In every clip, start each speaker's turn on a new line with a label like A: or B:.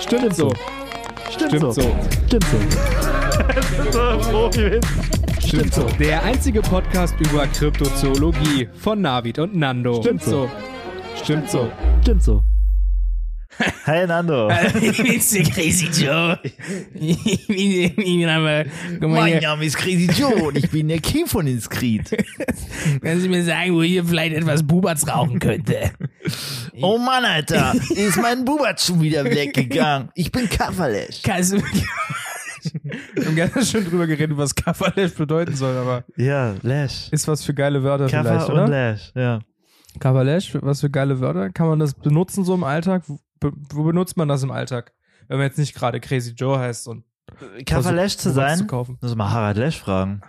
A: Stimmt so.
B: Stimmt,
A: Stimmt so.
B: Stimmt so.
A: Stimmt so. Der einzige Podcast über Kryptozoologie von Navid und Nando.
B: Stimmt so.
A: Stimmt so.
B: Stimmt so. Hey Nando.
C: Ich bin's, der Crazy Joe. Ich bin, ich bin aber, guck mal hier,
B: Name ist Crazy Joe und ich bin der King von Inskriet.
C: können Sie mir sagen, wo hier vielleicht etwas Bubatz rauchen könnte?
B: Oh Mann, Alter. Ist mein Bubatz schon wieder weggegangen. Ich bin Kafferlesch.
C: Kannst du Wir haben gestern schon drüber geredet, was Kafferlash bedeuten soll, aber
B: Ja, Lash.
C: ist was für geile Wörter
B: Kaffer
C: vielleicht,
B: und
C: oder?
B: Lash, ja.
C: Kafferlash, was für geile Wörter? Kann man das benutzen so im Alltag? Wo, wo benutzt man das im Alltag? Wenn man jetzt nicht gerade Crazy Joe heißt und
B: Kafferlesch zu
C: Bubatz
B: sein?
C: zu kaufen.
B: Muss mal Harald Lash fragen.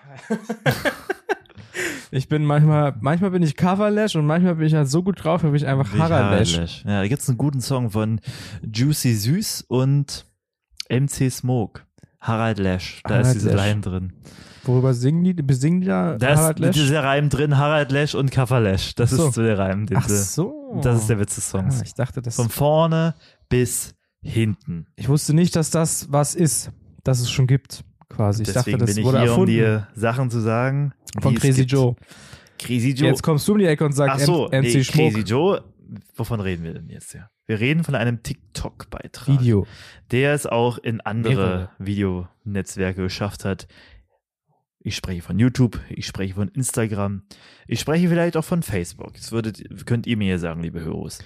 C: Ich bin manchmal, manchmal bin ich Coverlash und manchmal bin ich halt so gut drauf, da bin ich einfach
B: Nicht
C: Haralash.
B: Harald Ja, da gibt's einen guten Song von Juicy Süß und MC Smoke. Harald Lash, da
C: Harald
B: ist dieser
C: Lash.
B: Reim drin.
C: Worüber singen die? Besingen die da
B: Da ist
C: Haralash?
B: dieser Reim drin, Harald Lash und Kafferlash. Das
C: So.
B: ist so der Reim, den
C: Ach
B: sie,
C: so.
B: Das ist der Witz des Songs.
C: ah, Ich dachte, das.
B: Von vorne bis hinten.
C: Ich wusste nicht, dass das was ist, dass es schon gibt, quasi. Ich
B: Deswegen
C: dachte, das
B: bin ich
C: wurde
B: hier, um
C: erfunden
B: dir Sachen zu sagen.
C: von
B: die es
C: Crazy
B: gibt.
C: Joe.
B: Crazy Joe.
C: Jetzt kommst du um die Ecke und
B: Ach
C: sagst
B: so,
C: M- MC
B: nee, Crazy
C: Schmuck
B: Joe. Wovon reden wir denn jetzt? Ja? Wir reden von einem TikTok-Beitrag.
C: Video.
B: der es auch in andere
C: Mehrere.
B: Videonetzwerke geschafft hat. Ich spreche von YouTube, ich spreche von Instagram, ich spreche vielleicht auch von Facebook. Das würdet, könnt ihr mir ja sagen, liebe Höros.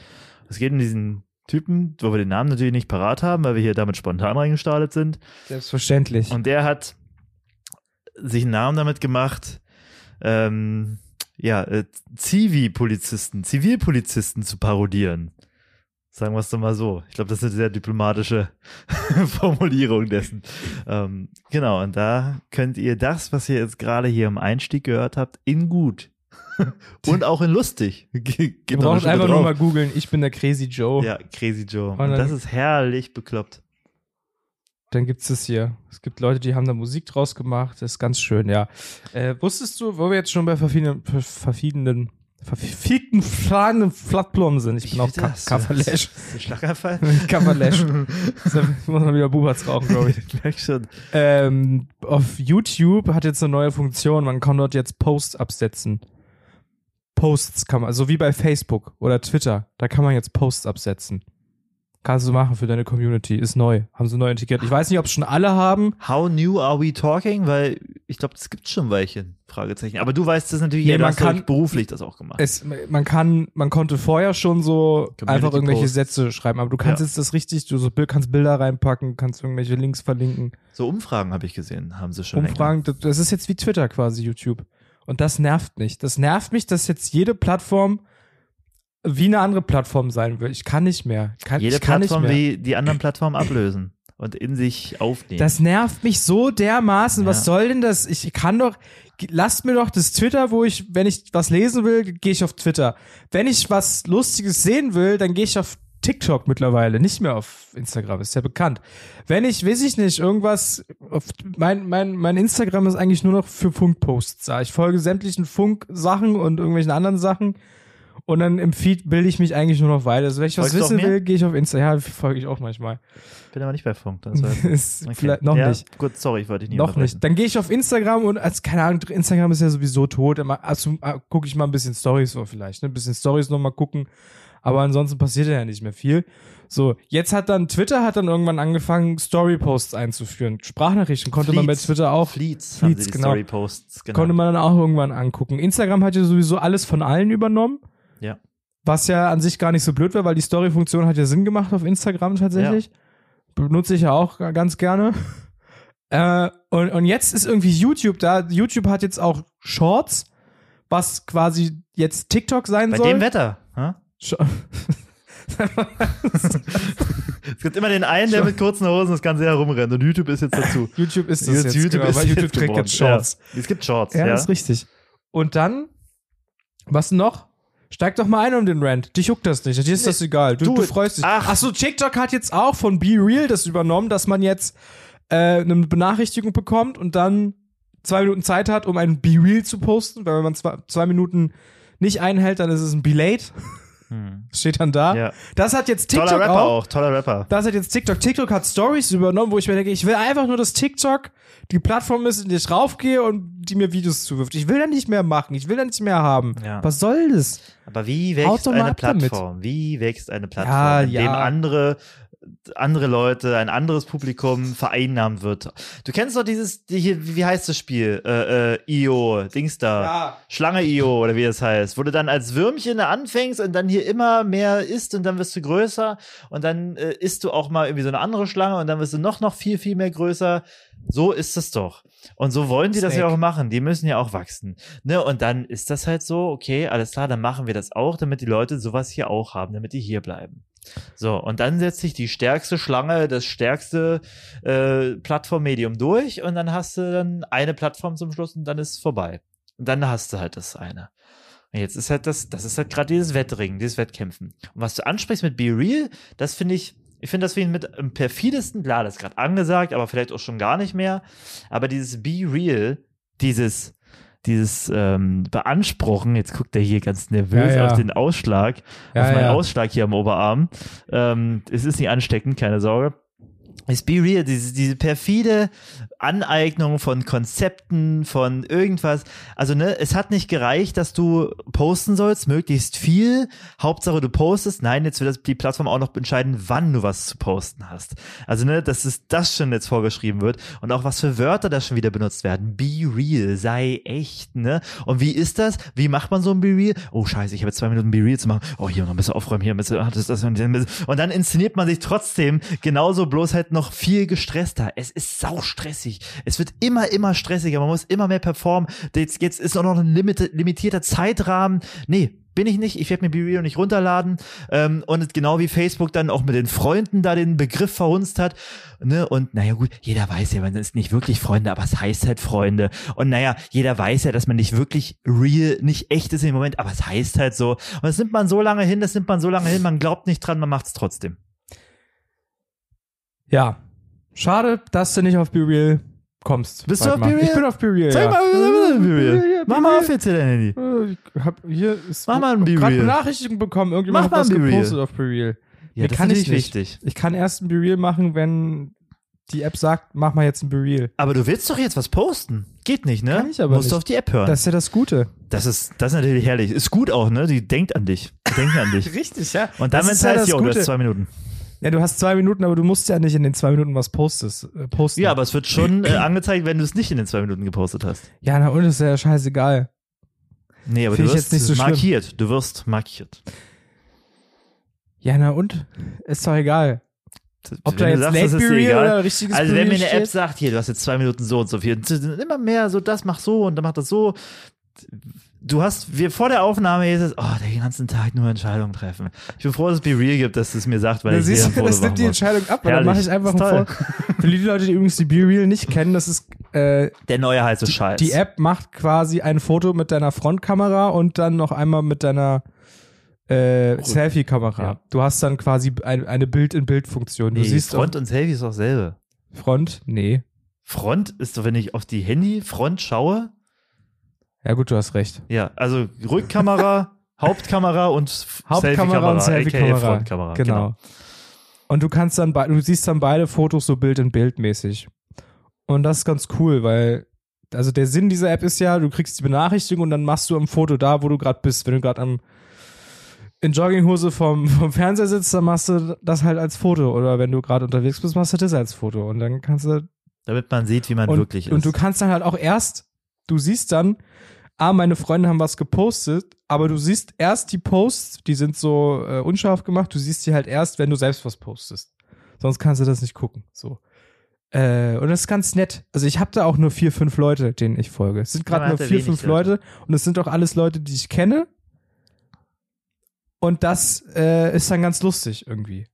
B: Es geht um diesen Typen, wo wir den Namen natürlich nicht parat haben, weil wir hier damit spontan reingestartet sind.
C: Selbstverständlich.
B: Und der hat sich einen Namen damit gemacht, ähm, ja, äh, Zivilpolizisten, Zivilpolizisten zu parodieren. Sagen wir es doch mal so. Ich glaube, das ist eine sehr diplomatische Formulierung dessen. Ähm, genau, und da könnt ihr das, was ihr jetzt gerade hier im Einstieg gehört habt, in gut und auch in lustig. Ge-
C: Ihr
B: geht noch eine
C: braucht
B: Schippe
C: einfach nur
B: drauf.
C: mal googeln, ich bin der Crazy Joe.
B: Ja, Crazy Joe.
C: dann-
B: Und das ist herrlich bekloppt.
C: Dann gibt's das hier. Es gibt Leute, die haben da Musik draus gemacht. Das ist ganz schön, ja. Äh, wusstest du, wo wir jetzt schon bei verfiedenen, ver- verfiedenen, verfickten, fahrenden Flatplomben sind? Ich bin auch Ka- Kafferlash.
B: Ist das ein Schlaganfall?
C: Kafferlash. Da muss man wieder Bubatz rauchen, glaube ich.
B: Ich merke schon.
C: Ähm, auf YouTube hat jetzt eine neue Funktion. Man kann dort jetzt Posts absetzen. Posts kann man, so wie bei Facebook oder Twitter. Da kann man jetzt Posts absetzen. Kannst du machen für deine Community. Ist neu. Haben sie neu integriert. Ich weiß nicht, ob es schon alle haben.
B: How new are we talking? Weil ich glaube, das gibt schon ein Weilchen. Fragezeichen. Aber du weißt das natürlich,
C: Nee,
B: ja, du
C: man
B: hast, glaub ich,
C: kann-
B: beruflich das auch gemacht.
C: Es, man kann, man konnte vorher schon so
B: Community
C: einfach irgendwelche
B: Posts.
C: Sätze schreiben, aber du kannst
B: Ja.
C: jetzt das richtig, du so, Bild- kannst Bilder reinpacken, kannst irgendwelche Links verlinken.
B: So Umfragen habe ich gesehen, haben sie schon
C: Umfragen, das, das ist jetzt wie Twitter quasi, YouTube. Und das nervt mich. Das nervt mich, dass jetzt jede Plattform wie eine andere Plattform sein will. Ich kann nicht mehr. Kann,
B: länger. Jede
C: ich kann
B: Plattform
C: nicht mehr.
B: will die anderen Plattformen ablösen und in sich aufnehmen.
C: Das nervt mich so dermaßen.
B: Ja.
C: Was soll denn das? Ich kann doch, ge- lasst mir doch das Twitter, wo ich, wenn ich was lesen will, gehe ich auf Twitter. Wenn ich was Lustiges sehen will, dann gehe ich auf TikTok mittlerweile, nicht mehr auf Instagram, ist ja bekannt. Wenn ich, weiß ich nicht, irgendwas, auf, mein, mein, mein Instagram ist eigentlich nur noch für Funkposts da. Ich folge sämtlichen Funk-Sachen und irgendwelchen anderen Sachen. Und dann im Feed bilde ich mich eigentlich nur noch weiter. Also wenn ich was
B: Folgst du auch
C: wissen
B: mir?
C: will, gehe ich auf Instagram. Ja, folge ich auch manchmal.
B: ich bin aber nicht bei Funk. Das war-
C: Ist
B: Okay.
C: vielleicht noch
B: ja,
C: nicht.
B: Gut, sorry, ich wollte dich nicht
C: Noch
B: unterbrechen.
C: nicht. Dann gehe ich auf Instagram und als keine Ahnung, Instagram ist ja sowieso tot. Immer- Also gucke ich mal ein bisschen Stories vor vielleicht, ne? ein bisschen Stories nochmal gucken. Aber ansonsten passiert ja nicht mehr viel. So, jetzt hat dann Twitter hat dann irgendwann angefangen Story Posts einzuführen. Sprachnachrichten konnte man bei
B: Fleets.
C: Twitter auch
B: Fleets, haben
C: Fleets,
B: sie die
C: genau.
B: Story-Posts. Genau.
C: konnte man dann auch irgendwann angucken. Instagram hat ja sowieso alles von allen übernommen.
B: Ja.
C: Was ja an sich gar nicht so blöd war, weil die Story-Funktion hat ja Sinn gemacht auf Instagram tatsächlich. Benutze ich ja auch ga- ganz gerne. Äh, und, und jetzt ist irgendwie YouTube da. YouTube hat jetzt auch Shorts, was quasi jetzt TikTok sein
B: bei
C: soll.
B: dem Wetter. Ha?
C: Sch-
B: Es gibt immer den einen, der mit kurzen Hosen das Ganze herumrennt und YouTube ist jetzt dazu.
C: YouTube ist das jetzt, genau, weil
B: ist
C: YouTube
B: jetzt
C: trägt
B: geworden.
C: jetzt Shorts.
B: Ja. Es gibt Shorts,
C: Ja,
B: ja.
C: ist richtig. Und dann, was noch? Steig doch mal ein um den Rant. Dich juckt das nicht. Dir ist das egal. Du,
B: do
C: du
B: it.
C: freust dich.
B: Ach.
C: Ach. so, TikTok hat jetzt auch von Be Real das übernommen, dass man jetzt äh, eine Benachrichtigung bekommt und dann zwei Minuten Zeit hat, um ein Be Real zu posten. Weil wenn man zwei, zwei Minuten nicht einhält, dann ist es ein Be Late.
B: Hm.
C: Steht dann da.
B: Ja.
C: Das hat jetzt TikTok
B: Toller Rapper
C: auch.
B: auch, toller Rapper.
C: Das hat jetzt TikTok. TikTok hat Stories übernommen, wo ich mir denke, ich will einfach nur, dass TikTok die Plattform ist, in die ich raufgehe und die mir Videos zuwirft. Ich will da nicht mehr machen. Ich will da nicht mehr haben.
B: Ja.
C: Was soll das?
B: Aber wie
C: Haut
B: wächst
C: doch mal
B: eine
C: ab damit.
B: Plattform? Wie wächst eine Plattform,
C: Ja,
B: in dem
C: ja.
B: andere andere Leute, ein anderes Publikum vereinnahmt wird. Du kennst doch dieses, die hier, wie wie heißt das Spiel? Äh, äh, IO, Dings da.
C: Ja.
B: Schlange IO oder wie das heißt. Wo du dann als Würmchen da anfängst und dann hier immer mehr isst und dann wirst du größer und dann äh, isst du auch mal irgendwie so eine andere Schlange und dann wirst du noch, noch viel, viel mehr größer. So ist es doch. Und so wollen die das ja
C: Snake.
B: auch machen. Die müssen ja auch wachsen. Ne? Und dann ist das halt so, okay, alles klar, dann machen wir das auch, damit die Leute sowas hier auch haben, damit die hier bleiben. So, und dann setzt sich die stärkste Schlange, das stärkste äh, Plattformmedium durch und dann hast du dann eine Plattform zum Schluss und dann ist es vorbei. Und dann hast du halt das eine. Und jetzt ist halt das, das ist halt gerade dieses Wettringen, dieses Wettkämpfen. Und was du ansprichst mit Be Real, das finde ich, ich finde das finde ich mit am perfidesten, klar, das ist gerade angesagt, aber vielleicht auch schon gar nicht mehr. Aber dieses Be Real, dieses, dieses ähm, Beanspruchen, jetzt guckt er hier ganz nervös
C: Ja, ja.
B: auf den Ausschlag,
C: Ja,
B: auf meinen
C: ja.
B: Ausschlag hier am Oberarm. Ähm, es ist nicht ansteckend, keine Sorge. Ist Be Real, diese, diese perfide Aneignung von Konzepten, von irgendwas. Also, ne, es hat nicht gereicht, dass du posten sollst, möglichst viel. Hauptsache du postest. Nein, jetzt wird das, die Plattform auch noch entscheiden, wann du was zu posten hast. Also, ne, dass es das schon jetzt vorgeschrieben wird und auch was für Wörter da schon wieder benutzt werden. Be real, sei echt, ne? Und wie ist das? Wie macht man so ein Be real? Oh, scheiße, ich habe jetzt zwei Minuten Be real zu machen. Oh, hier noch ein bisschen aufräumen, hier ein bisschen, ah, das, das und dann- und dann inszeniert man sich trotzdem genauso bloß halt noch viel gestresster. Es ist sau stressig. Es wird immer, immer stressiger. Man muss immer mehr performen. Jetzt, jetzt ist auch noch ein limit, limitierter Zeitrahmen. Nee, bin ich nicht. Ich werde mir Be Real nicht runterladen. Ähm, und genau wie Facebook dann auch mit den Freunden da den Begriff verhunzt hat. Ne? Und naja, gut, jeder weiß ja, man ist nicht wirklich Freunde, aber es heißt halt Freunde. Und naja, jeder weiß ja, dass man nicht wirklich real, nicht echt ist im Moment, aber es heißt halt so. Und das nimmt man so lange hin, das nimmt man so lange hin, man glaubt nicht dran, man macht es trotzdem.
C: Ja. Schade, dass du nicht auf Be Real kommst.
B: Bist du
C: Warte
B: auf
C: mal.
B: Be Real?
C: Ich bin auf Be Real.
B: Zeig
C: ja.
B: mal, äh, Be
C: Ja, ja,
B: Real.
C: Be
B: Mach mal
C: Real.
B: auf jetzt hier dein Handy.
C: Äh, Ich hab hier ist
B: Mach mal ein Be
C: grad
B: Real.
C: Benachrichtigung bekommen. Irgendjemand
B: Mach
C: hat was
B: mal ein Be Real.
C: gepostet auf Be Real.
B: Ja,
C: Nee,
B: das
C: kann
B: ist
C: ich nicht.
B: wichtig.
C: Ich kann erst ein Be Real machen, wenn die App sagt, mach mal jetzt ein Be Real.
B: Aber du willst doch jetzt was posten. Geht nicht, ne?
C: Kann ich aber
B: Musst du
C: nicht.
B: auf die App hören.
C: Das ist ja das Gute.
B: Das ist, das ist natürlich herrlich. Ist gut auch, ne? Die denkt an dich. Die denken an dich.
C: Richtig, ja.
B: Und dann,
C: Das
B: wenn
C: ist
B: es
C: ja
B: heißt,
C: das
B: jo, du hast
C: Gute.
B: zwei Minuten.
C: Ja, du hast zwei Minuten, aber du musst ja nicht in den zwei Minuten was postest, äh, posten.
B: Ja, aber es wird schon äh, angezeigt, wenn du es nicht in den zwei Minuten gepostet hast.
C: Ja, na und ist ja scheißegal.
B: Nee, aber
C: Find
B: du
C: ich
B: wirst
C: jetzt nicht so schlimm.
B: markiert. Du wirst markiert.
C: Ja, na und? Ist doch egal. Ob
B: Wenn
C: da
B: du
C: jetzt Late
B: sagst, das ist
C: Be
B: dir
C: Real
B: egal.
C: oder richtiges
B: Also
C: Be
B: wenn mir
C: Real
B: eine App
C: steht.
B: sagt, hier, du hast jetzt zwei Minuten so und so viel, und immer mehr so, das mach so und dann mach das so. Du hast, wir vor der Aufnahme hier ist es, oh, den ganzen Tag nur Entscheidungen treffen. Ich bin froh, dass es Be Real gibt, dass es mir sagt, weil
C: Ja,
B: ich hier
C: siehst
B: ein
C: du,
B: Foto
C: das
B: machen
C: nimmt die
B: muss.
C: Entscheidung ab, weil dann
B: Herrlich.
C: mache ich einfach
B: Ist
C: ein
B: toll.
C: Foto. Für die Leute, die übrigens die Be Real nicht kennen, das ist, äh,
B: Der neue heiße Scheiß.
C: die App macht quasi ein Foto mit deiner Frontkamera und dann noch einmal mit deiner äh, Selfie-Kamera.
B: Ja.
C: Du hast dann quasi ein, eine Bild-in-Bild-Funktion. Du
B: Nee,
C: siehst
B: Front und Selfie ist doch selbe.
C: Auf Front? Nee.
B: Front ist doch, wenn ich auf die Handy-Front schaue.
C: Ja gut, du hast recht.
B: Ja, also Rückkamera, Hauptkamera und F-
C: Hauptkamera und
B: Selfie-Kamera, aka
C: Selfie-Kamera.
B: Frontkamera.
C: Genau. Und du kannst dann, bei- du siehst dann beide Fotos so Bild in Bild mäßig. Und das ist ganz cool, weil, also der Sinn dieser App ist ja, du kriegst die Benachrichtigung und dann machst du am Foto da, wo du gerade bist. Wenn du gerade am in Jogginghose vom, vom Fernseher sitzt, dann machst du das halt als Foto. Oder wenn du gerade unterwegs bist, machst du das als Foto. Und dann kannst du
B: Damit man sieht, wie man
C: und,
B: wirklich ist.
C: Und du kannst dann halt auch erst, du siehst dann, ah, meine Freunde haben was gepostet, aber du siehst erst die Posts, die sind so äh, unscharf gemacht, du siehst die halt erst, wenn du selbst was postest. Sonst kannst du das nicht gucken. So. Äh, und das ist ganz nett. Also ich habe da auch nur vier, fünf Leute, denen ich folge. Es sind
B: Ja,
C: gerade
B: man
C: nur
B: hat ja
C: vier,
B: wenig
C: fünf
B: Leute.
C: Leute und es sind auch alles Leute, die ich kenne. Und das äh, ist dann ganz lustig irgendwie.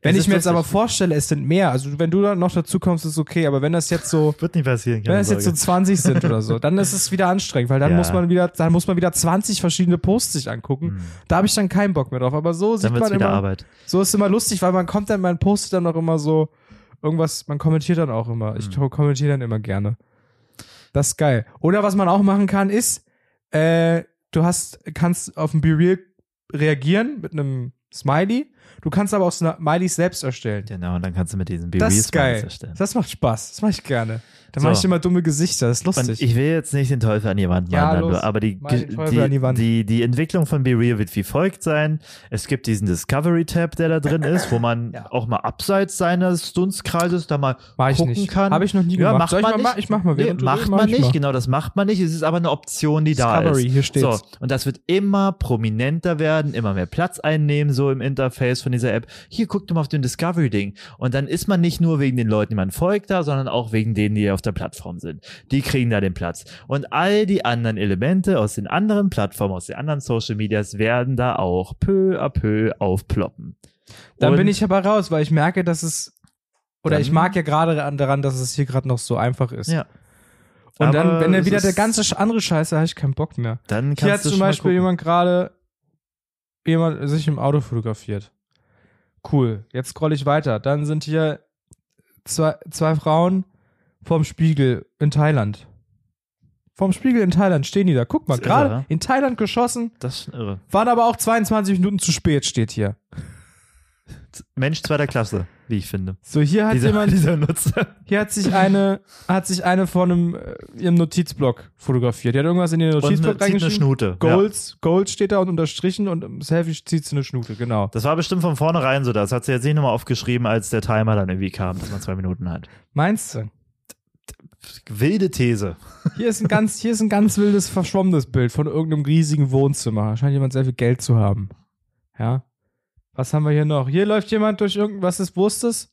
C: Wenn
B: Es
C: ich
B: ist
C: mir jetzt
B: lustig.
C: aber vorstelle, es sind mehr. Also wenn du dann noch dazu kommst, ist okay. Aber wenn das jetzt so
B: wird nicht passieren,
C: wenn
B: keine
C: es jetzt so
B: Sorge.
C: 20 sind oder so, dann ist es wieder anstrengend, weil dann
B: Ja.
C: muss man wieder, dann muss man wieder 20 verschiedene Posts sich angucken.
B: Hm.
C: Da habe ich dann keinen Bock mehr drauf. Aber so sieht
B: Dann wird's
C: man
B: wieder
C: immer,
B: Arbeit.
C: so ist immer lustig, weil man kommt dann, man postet dann auch immer so irgendwas, man kommentiert dann auch immer. Ich
B: Mhm.
C: kommentiere dann immer gerne. Das ist geil. Oder was man auch machen kann, ist, äh, du hast, kannst auf dem BeReal reagieren mit einem Smiley. Du kannst aber auch Smileys selbst erstellen.
B: Genau, und dann kannst du mit diesen
C: das ist
B: Babys
C: geil.
B: erstellen.
C: Das macht Spaß. Das mache ich gerne. Da
B: So.
C: mache ich immer dumme Gesichter. Das ist
B: Und
C: lustig.
B: ich will jetzt nicht den Teufel an die Wand
C: Ja,
B: machen,
C: los.
B: aber die,
C: Mal den Teufel
B: die,
C: an die Wand.
B: die, die Entwicklung von Be Real wird wie folgt sein. Es gibt diesen Discovery-Tab, der da drin ist, wo man
C: Ja.
B: auch mal abseits seines Dunstkreises da mal
C: Mach ich
B: gucken
C: nicht.
B: kann.
C: Hab ich noch nie
B: Ja,
C: gemacht.
B: macht
C: Soll ich
B: man
C: mal
B: nicht.
C: ma- ich mach mal,
B: nee,
C: während du
B: macht
C: redest,
B: man
C: mach ich
B: nicht,
C: mal.
B: genau, das macht man nicht. Es ist aber eine Option, die da ist.
C: Discovery, hier steht's.
B: So, und das wird immer prominenter werden, immer mehr Platz einnehmen, so im Interface von dieser App. Hier guckt mal auf den Discovery-Ding. Und dann ist man nicht nur wegen den Leuten, die man folgt, da, sondern auch wegen denen, die auf der Plattform sind. Die kriegen da den Platz. Und all die anderen Elemente aus den anderen Plattformen, aus den anderen Social Medias werden da auch peu à peu aufploppen.
C: Dann
B: Und-
C: bin ich aber raus, weil ich merke, dass es. Oder
B: Dann-
C: ich mag ja gerade an- daran, dass es hier gerade noch so einfach ist.
B: Ja.
C: Und dann,
B: Aber
C: wenn dann
B: es
C: wieder der
B: ist-
C: ganze Sch- andere Scheiße, habe ich keinen Bock mehr.
B: Dann kannst
C: Hier hat
B: du
C: zum
B: schon mal
C: Beispiel
B: gucken.
C: jemand gerade jemand sich im Auto fotografiert. Cool. Jetzt scroll ich weiter. Dann sind hier zwei, zwei Frauen vorm Spiegel in Thailand. Vorm Spiegel in Thailand stehen die da. Guck mal,
B: Das ist irre,
C: gerade
B: ne?
C: in Thailand geschossen,
B: Das ist schon irre.
C: waren aber auch 22 Minuten zu spät, steht hier.
B: Mensch zweiter Klasse, wie ich finde.
C: So, hier hat
B: dieser,
C: jemand,
B: dieser Nutzer.
C: hier hat sich eine, hat sich eine von einem, äh, ihrem Notizblock fotografiert. Die hat irgendwas in den
B: Und
C: Notizblock
B: eine, zieht eine
C: reingeschrieben.
B: Schnute. Ja.
C: Goals, Goals steht da und unterstrichen und im Selfie zieht sie eine Schnute, genau.
B: Das war bestimmt von vornherein so. Das hat sie jetzt nicht nochmal aufgeschrieben, als der Timer dann irgendwie kam, dass man zwei Minuten hat.
C: Meinst du?
B: Wilde These.
C: Hier ist ein ganz, hier ist ein ganz wildes, verschwommenes Bild von irgendeinem riesigen Wohnzimmer. Scheint jemand sehr viel Geld zu haben. Ja. Was haben wir hier noch? Hier läuft jemand durch irgendwas, ist, wo ist das?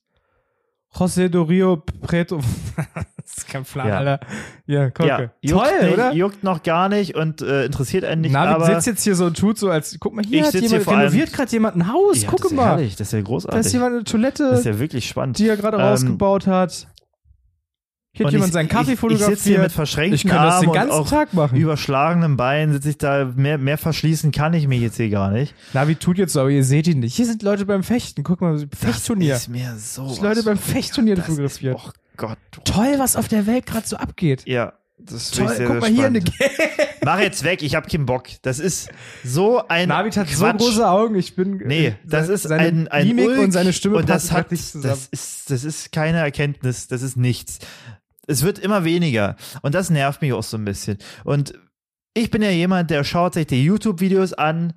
C: José do Rio Preto. das ist kein Plan,
B: Ja.
C: Alter. Ja, gucke.
B: juckt,
C: Toll,
B: nicht,
C: oder?
B: juckt noch gar nicht und äh, interessiert einen nicht.
C: Navid
B: aber
C: sitzt jetzt hier so und tut so, als guck mal, hier
B: Ich
C: hat
B: sitz hier
C: jemand
B: vor allem-
C: renoviert gerade jemand ein Haus.
B: ja, das
C: Guck
B: ist
C: mal.
B: Herrlich, das ist ja
C: Da
B: großartig.
C: ist jemand eine Toilette,
B: das ist ja wirklich spannend.
C: die er gerade
B: Ähm,
C: rausgebaut hat. Hier
B: Und
C: hat jemand seinen Kaffee
B: ich,
C: fotografiert.
B: Ich sitze hier mit verschränkten
C: ich kann das
B: Armen
C: den
B: und
C: ganzen
B: auch
C: Tag machen.
B: überschlagenen Beinen sitze ich da. Mehr, mehr verschließen kann ich mich jetzt hier gar nicht.
C: Navi tut jetzt so, aber ihr seht ihn nicht. Hier sind Leute beim Fechten. Guck mal, Fechtturnier.
B: ist mir so.
C: Das Leute beim Fechtturnier
B: das ist,
C: fotografiert.
B: oh Gott.
C: Toll, was auf der Welt gerade so abgeht.
B: Ja, das ist
C: Toll,
B: wirklich sehr,
C: guck
B: sehr
C: mal hier
B: spannend.
C: eine Game.
B: Mach jetzt weg, ich hab keinen Bock. Das ist so ein
C: Navid hat so
B: Quatsch.
C: große Augen. Ich bin.
B: Nee, das
C: se-
B: ist
C: seine
B: ein, ein
C: Mimik
B: Ulk
C: und seine Stimme
B: und das
C: passen
B: hat,
C: halt nicht zusammen.
B: das ist, das ist keine Erkenntnis, das ist nichts. Es wird immer weniger und das nervt mich auch so ein bisschen. Und ich bin ja jemand, der schaut sich die YouTube-Videos an,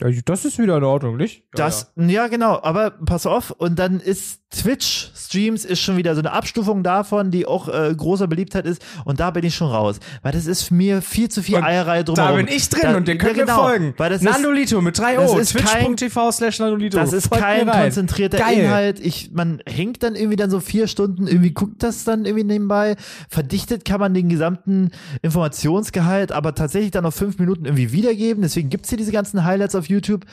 C: ja, das ist wieder in Ordnung, nicht? Ja,
B: das, ja. genau, aber pass auf, und dann ist Twitch-Streams ist schon wieder so eine Abstufung davon, die auch äh, großer Beliebtheit ist, und da bin ich schon raus, weil das ist mir viel zu viel
C: Und
B: Eierei
C: ja.
B: drumherum.
C: Da bin ich drin
B: Da-
C: und ihr könnt
B: ja, genau,
C: mir folgen.
B: Weil das ist,
C: Nandolito mit 3
B: das
C: O.
B: ist kein-
C: Twitch.tv slash Nandolito.
B: das ist
C: Folgt mir
B: kein
C: rein.
B: konzentrierter
C: Geil.
B: Inhalt. Ich, man hängt dann irgendwie dann so vier Stunden, irgendwie guckt das dann irgendwie nebenbei. Verdichtet kann man den gesamten Informationsgehalt, aber tatsächlich dann auf fünf Minuten irgendwie wiedergeben. Deswegen gibt's hier diese ganzen Highlights auf YouTube.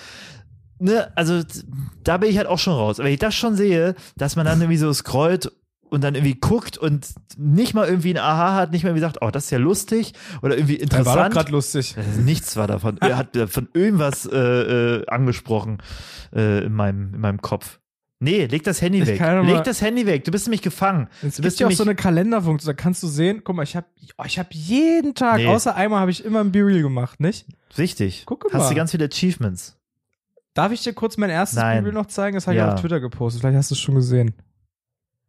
B: Ne, also t- da bin ich halt auch schon raus. Wenn ich das schon sehe, dass man dann irgendwie so scrollt und dann irgendwie guckt und nicht mal irgendwie ein Aha hat, nicht mal irgendwie sagt, oh, das ist ja lustig oder irgendwie
C: Das war doch
B: interessant.
C: gerade lustig.
B: Also Nichts war davon. Er hat von irgendwas äh, äh, angesprochen äh, in, meinem, in meinem Kopf. Nee, leg das Handy
C: Ich
B: weg.
C: kann ja mal-
B: Leg das Handy weg. Du bist nämlich gefangen.
C: Es
B: du
C: gibt
B: bist
C: ja auch
B: nämlich,
C: so eine Kalenderfunktion, da kannst du sehen, guck mal, ich habe oh, ich hab jeden Tag,
B: Nee.
C: außer einmal habe ich immer ein B-Reel gemacht, nicht?
B: Richtig.
C: Guck
B: Hast
C: mal.
B: du ganz viele Achievements.
C: Darf ich dir kurz mein erstes
B: Nein.
C: B-Reel noch zeigen? Das habe ich
B: Ja.
C: auch auf Twitter gepostet, vielleicht hast du es schon gesehen.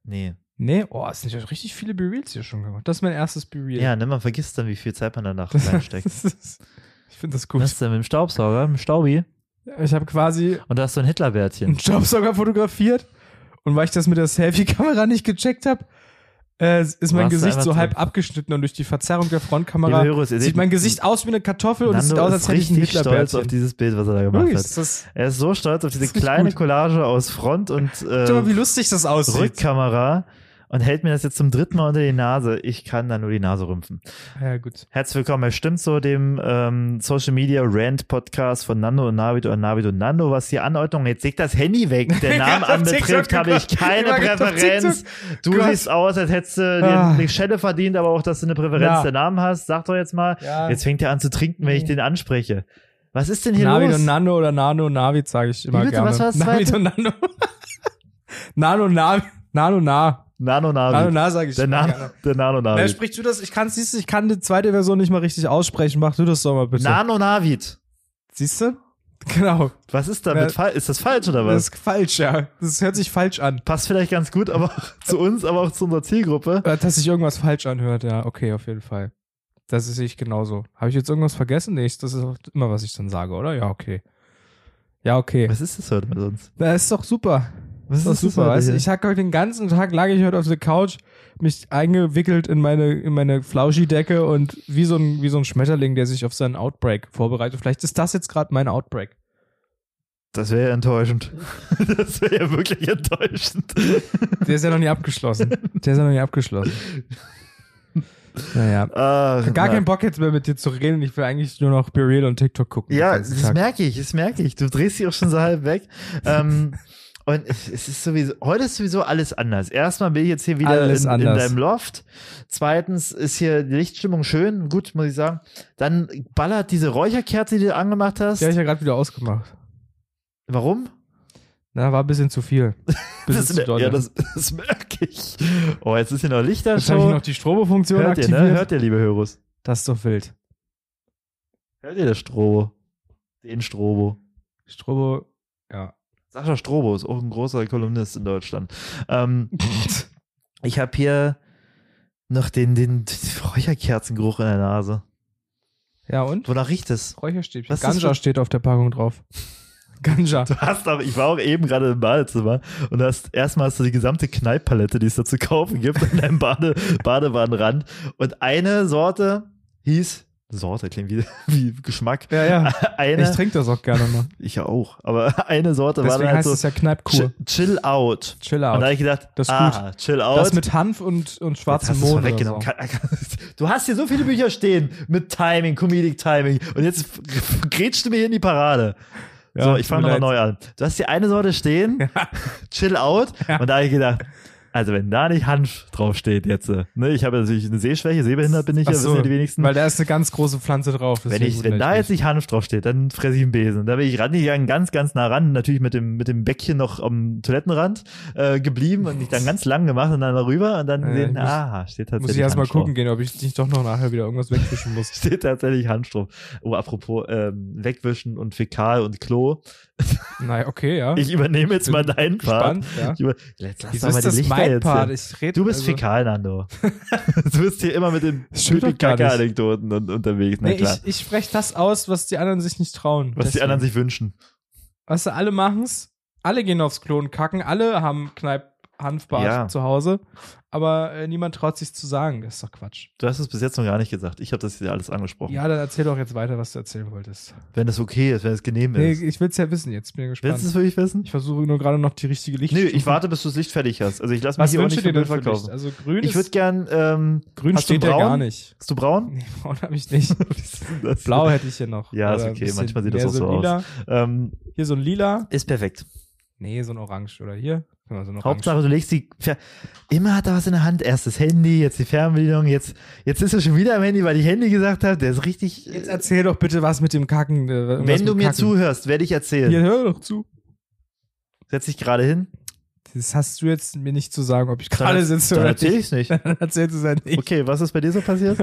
B: Nee.
C: Nee, oh, es sind ja richtig viele B-Reels hier schon gemacht. Das ist mein erstes B-Reel.
B: Ja, ne, man vergisst dann, wie viel Zeit man danach
C: Das-
B: reinsteckt.
C: das ist- ich finde das gut.
B: Was ist denn mit dem Staubsauger, mit dem Staubi?
C: Ich habe quasi
B: Und da hast du ein
C: einen
B: Hitlerbärtchen.
C: Staubsauger fotografiert und weil ich das mit der Selfie-Kamera nicht gecheckt habe, äh, ist mein
B: Warst du
C: Gesicht
B: einfach
C: so
B: drin.
C: halb abgeschnitten und durch die Verzerrung der
B: Liebe
C: Frontkamera
B: Hörer, ihr seht,
C: sieht mein Gesicht aus wie eine Kartoffel und es sieht
B: Nando
C: aus, als
B: ist
C: hätte ich einen
B: richtig stolz
C: Hitlerbärtchen.
B: auf dieses Bild, was er da gemacht
C: Wirklich,
B: hat.
C: ist das,
B: Er ist so stolz auf diese
C: ist richtig
B: kleine
C: gut.
B: Collage aus Front und
C: Guck
B: äh,
C: mal, wie lustig das aussieht.
B: Rückkamera und hält mir das jetzt zum dritten Mal unter die Nase. Ich kann da nur die Nase rümpfen.
C: Ja, gut.
B: Herzlich willkommen, er stimmt so, dem ähm, Social Media Rant Podcast von Nando und Navid und Navid und Nando. Was die Anordnung? Jetzt legt das Handy weg. Der
C: Ich
B: Name
C: hab's auf
B: anbetrifft,
C: TikTok
B: habe ich keine
C: geguckt. Ich hab's auf
B: Präferenz. Du
C: Gott.
B: siehst aus, als hättest du
C: Ah.
B: dir eine Schelle verdient, aber auch, dass du eine Präferenz
C: Ja.
B: der Namen hast. Sag doch jetzt mal.
C: Ja.
B: Jetzt fängt er an zu trinken, wenn ich
C: Nee.
B: den anspreche. Was ist denn hier
C: Navid
B: los?
C: und Nano oder Nano und Navid sage ich immer
B: Wie bitte,
C: gerne.
B: was war das
C: Navid
B: zweite?
C: und Nano. Nano Navi. Nano Na.
B: Nano
C: Nano
B: Navid.
C: Na sage ich
B: Also Der
C: immer
B: Nano,
C: gerne.
B: der Nano
C: Na,
B: Navid.
C: sprichst du das? Ich kann siehst du, ich kann die zweite Version nicht mal richtig aussprechen. Mach du das doch mal bitte.
B: Nano Navid.
C: Siehst du? Genau.
B: Was ist damit?
C: Ja.
B: Fa- Ist das falsch oder
C: Das
B: was?
C: ist falsch, ja. Das hört sich falsch an.
B: Passt vielleicht ganz gut, aber auch zu uns, aber auch zu unserer Zielgruppe.
C: Äh, Dass sich irgendwas falsch anhört, ja, okay, auf jeden Fall. Das sehe ich genauso. Habe ich jetzt irgendwas vergessen? Nee, ich- das ist auch immer, was ich dann sage, oder? Ja, okay. Ja, okay.
B: Was ist das heute mit uns?
C: Das ist doch super.
B: Was
C: Das ist doch super,
B: heute
C: weißt du?
B: hier?
C: Ich lag heute den ganzen Tag, lag ich heute auf der Couch, mich eingewickelt in meine, in meine Flauschidecke und wie so, ein, wie so ein Schmetterling, der sich auf seinen Outbreak vorbereitet. Vielleicht ist das jetzt gerade mein Outbreak.
B: Das wäre ja enttäuschend. Das wäre ja wirklich enttäuschend.
C: Der ist ja noch nie abgeschlossen. Der ist ja noch nie abgeschlossen. Naja.
B: Ach,
C: Gar
B: na.
C: keinen Bock jetzt mehr mit dir zu reden. Ich will eigentlich nur noch Be Real und TikTok gucken.
B: Ja,
C: den ganzen
B: das
C: Tag.
B: merke ich, das merke ich. Du drehst dich auch schon so halb weg. ähm, und es es ist sowieso, heute ist sowieso alles anders. Erstmal bin ich jetzt hier wieder
C: Alles
B: in, in
C: anders.
B: deinem Loft. Zweitens ist hier die Lichtstimmung schön, gut, muss ich sagen. Dann ballert diese Räucherkerze, die du angemacht hast.
C: Die habe ich ja gerade wieder ausgemacht.
B: Warum?
C: Na, war ein bisschen zu viel. Bisschen
B: Das,
C: zu doll.
B: ja, das, das merke ich. Oh, jetzt ist hier noch
C: jetzt habe ich
B: Lichtershow.
C: noch die Strobo-Funktion
B: Hört ihr,
C: aktiviert.
B: ne? Hört ihr, liebe Hörus?
C: Das ist doch wild.
B: Hört ihr das Strobo? Den Strobo.
C: Strobo, ja.
B: Sascha Strobo ist auch ein großer Kolumnist in Deutschland. Ähm, ich habe hier noch den, den Räucherkerzengeruch in der Nase.
C: Ja, und?
B: Wonach riecht es?
C: Räucherstäbchen.
B: Was ist
C: Ganja
B: das?
C: steht auf der Packung drauf. Ganja.
B: Du hast aber, ich war auch eben gerade im Badezimmer und hast erstmal hast du die gesamte Kneippalette, die es da zu kaufen gibt, an deinem Bade, Badewannenrand. Und eine Sorte hieß, Sorte klingt wie, wie Geschmack.
C: Ja, ja. Ich
B: Eine, ich,
C: trinke das auch gerne mal.
B: ja auch, aber eine Sorte war
C: Deswegen
B: dann halt
C: heißt
B: so
C: es ja Kneipkur.
B: Chi- Chill Out.
C: Chill
B: Und da habe
C: out.
B: ich gedacht,
C: Das ist
B: ah, Chill Out.
C: Das mit Hanf und, und
B: Jetzt
C: schwarzem
B: hast du's
C: Mond. Oder so.
B: vorweggenommen. Du hast hier so viele Bücher stehen mit Timing, Comedic Timing. Und jetzt grätschst du mir hier in die Parade.
C: Ja,
B: so, ich
C: tut
B: fange
C: mir
B: nochmal
C: leid.
B: neu an. Du hast hier eine Sorte stehen, chill out. Und da habe ich gedacht, also wenn da nicht Hanf draufsteht jetzt, äh, ne, ich habe natürlich eine Sehschwäche, sehbehindert bin ich ja,
C: Ach
B: wissen ja die wenigsten.
C: Weil da ist eine ganz große Pflanze drauf.
B: Wenn,
C: deswegen
B: ich, wenn da
C: wundere
B: jetzt nicht Hanf draufsteht, dann fresse ich einen Besen. Da bin ich rangegangen, ganz, ganz nah ran, natürlich mit dem, mit dem Bäckchen noch am Toilettenrand äh, geblieben und mich dann ganz lang gemacht und dann darüber und dann
C: Ja,
B: sehen,
C: ich muss-
B: aha, steht
C: mich.
B: tatsächlich
C: Muss ich erstmal
B: Hanf drauf.
C: gucken gehen, ob ich nicht doch noch nachher wieder irgendwas wegwischen muss.
B: Steht tatsächlich Hanf drauf. Oh, apropos ähm, Wegwischen und Fäkal und Klo.
C: Nein, okay, ja.
B: Ich übernehme jetzt
C: bin
B: mal deinen Part.
C: Spannend, ja.
B: Ich über jetzt lass
C: Wieso
B: doch mal
C: ist
B: die
C: das
B: Lichter
C: mein
B: jetzt
C: Part?
B: hin.
C: Ich rede
B: Du bist
C: also,
B: Fäkal, Nando. du bist hier immer mit den
C: Das stimmt doch gar nicht.
B: Pipi-Kacke-Anekdoten un unterwegs. Na
C: Nee,
B: klar.
C: ich, ich spreche das aus, was die anderen sich nicht trauen.
B: Was die
C: Deswegen.
B: anderen sich wünschen.
C: Weißt du, alle machen's. Alle gehen aufs Klo und kacken. Alle haben Kneip Hanfbad
B: Ja.
C: zu Hause. Aber äh, niemand traut sich zu sagen. Das ist doch Quatsch.
B: Du hast es bis jetzt noch gar nicht gesagt. Ich habe das hier alles angesprochen.
C: Ja, dann erzähl doch jetzt weiter, was du erzählen wolltest.
B: Wenn das okay ist, wenn es genehm
C: Nee,
B: ist.
C: ich will's ja wissen jetzt. Bin ja
B: Willst du
C: gespannt.
B: es wirklich wissen?
C: Ich versuche nur gerade noch die richtige Licht.
B: Nee, ich warte, bis du das Licht fertig hast. Also ich lasse mich
C: Was
B: hier auch
C: wünschst
B: nicht
C: du dir
B: vom
C: denn
B: Bild
C: für Licht?
B: verkaufen.
C: Also grün,
B: Ich würde
C: ist,
B: gern, ähm,
C: grün
B: hast du
C: steht ja
B: braun?
C: gar nicht.
B: hast du braun?
C: Nee, braun habe ich nicht.
B: Wie ist denn das?
C: Blau hätte ich hier noch.
B: Ja, ist
C: Oder ein
B: okay.
C: bisschen
B: Manchmal sieht das
C: mehr
B: auch so
C: ein
B: aus.
C: lila.
B: Ähm,
C: Hier so ein lila.
B: ist perfekt.
C: Nee, so ein orange. Oder hier? Genau, so ein orange.
B: Hauptsache, du legst die. Fer Immer hat er was in der Hand. Erst das Handy, jetzt die Fernbedienung. Jetzt, jetzt ist er schon wieder am Handy, weil ich Handy gesagt habe. Der ist richtig.
C: Jetzt erzähl doch bitte was mit dem Kacken. äh, irgendwas
B: wenn du
C: mit
B: mir
C: Kacken.
B: zuhörst, werde ich erzählen.
C: Hier, hör doch zu.
B: Setz dich gerade hin.
C: Das hast du jetzt mir nicht zu sagen, ob ich
B: Dann
C: gerade
B: erz-
C: sitze
B: Dann
C: oder
B: erzähl
C: nicht.
B: ich's nicht.
C: Dann erzählst du es halt nicht.
B: Okay, was ist bei dir so passiert?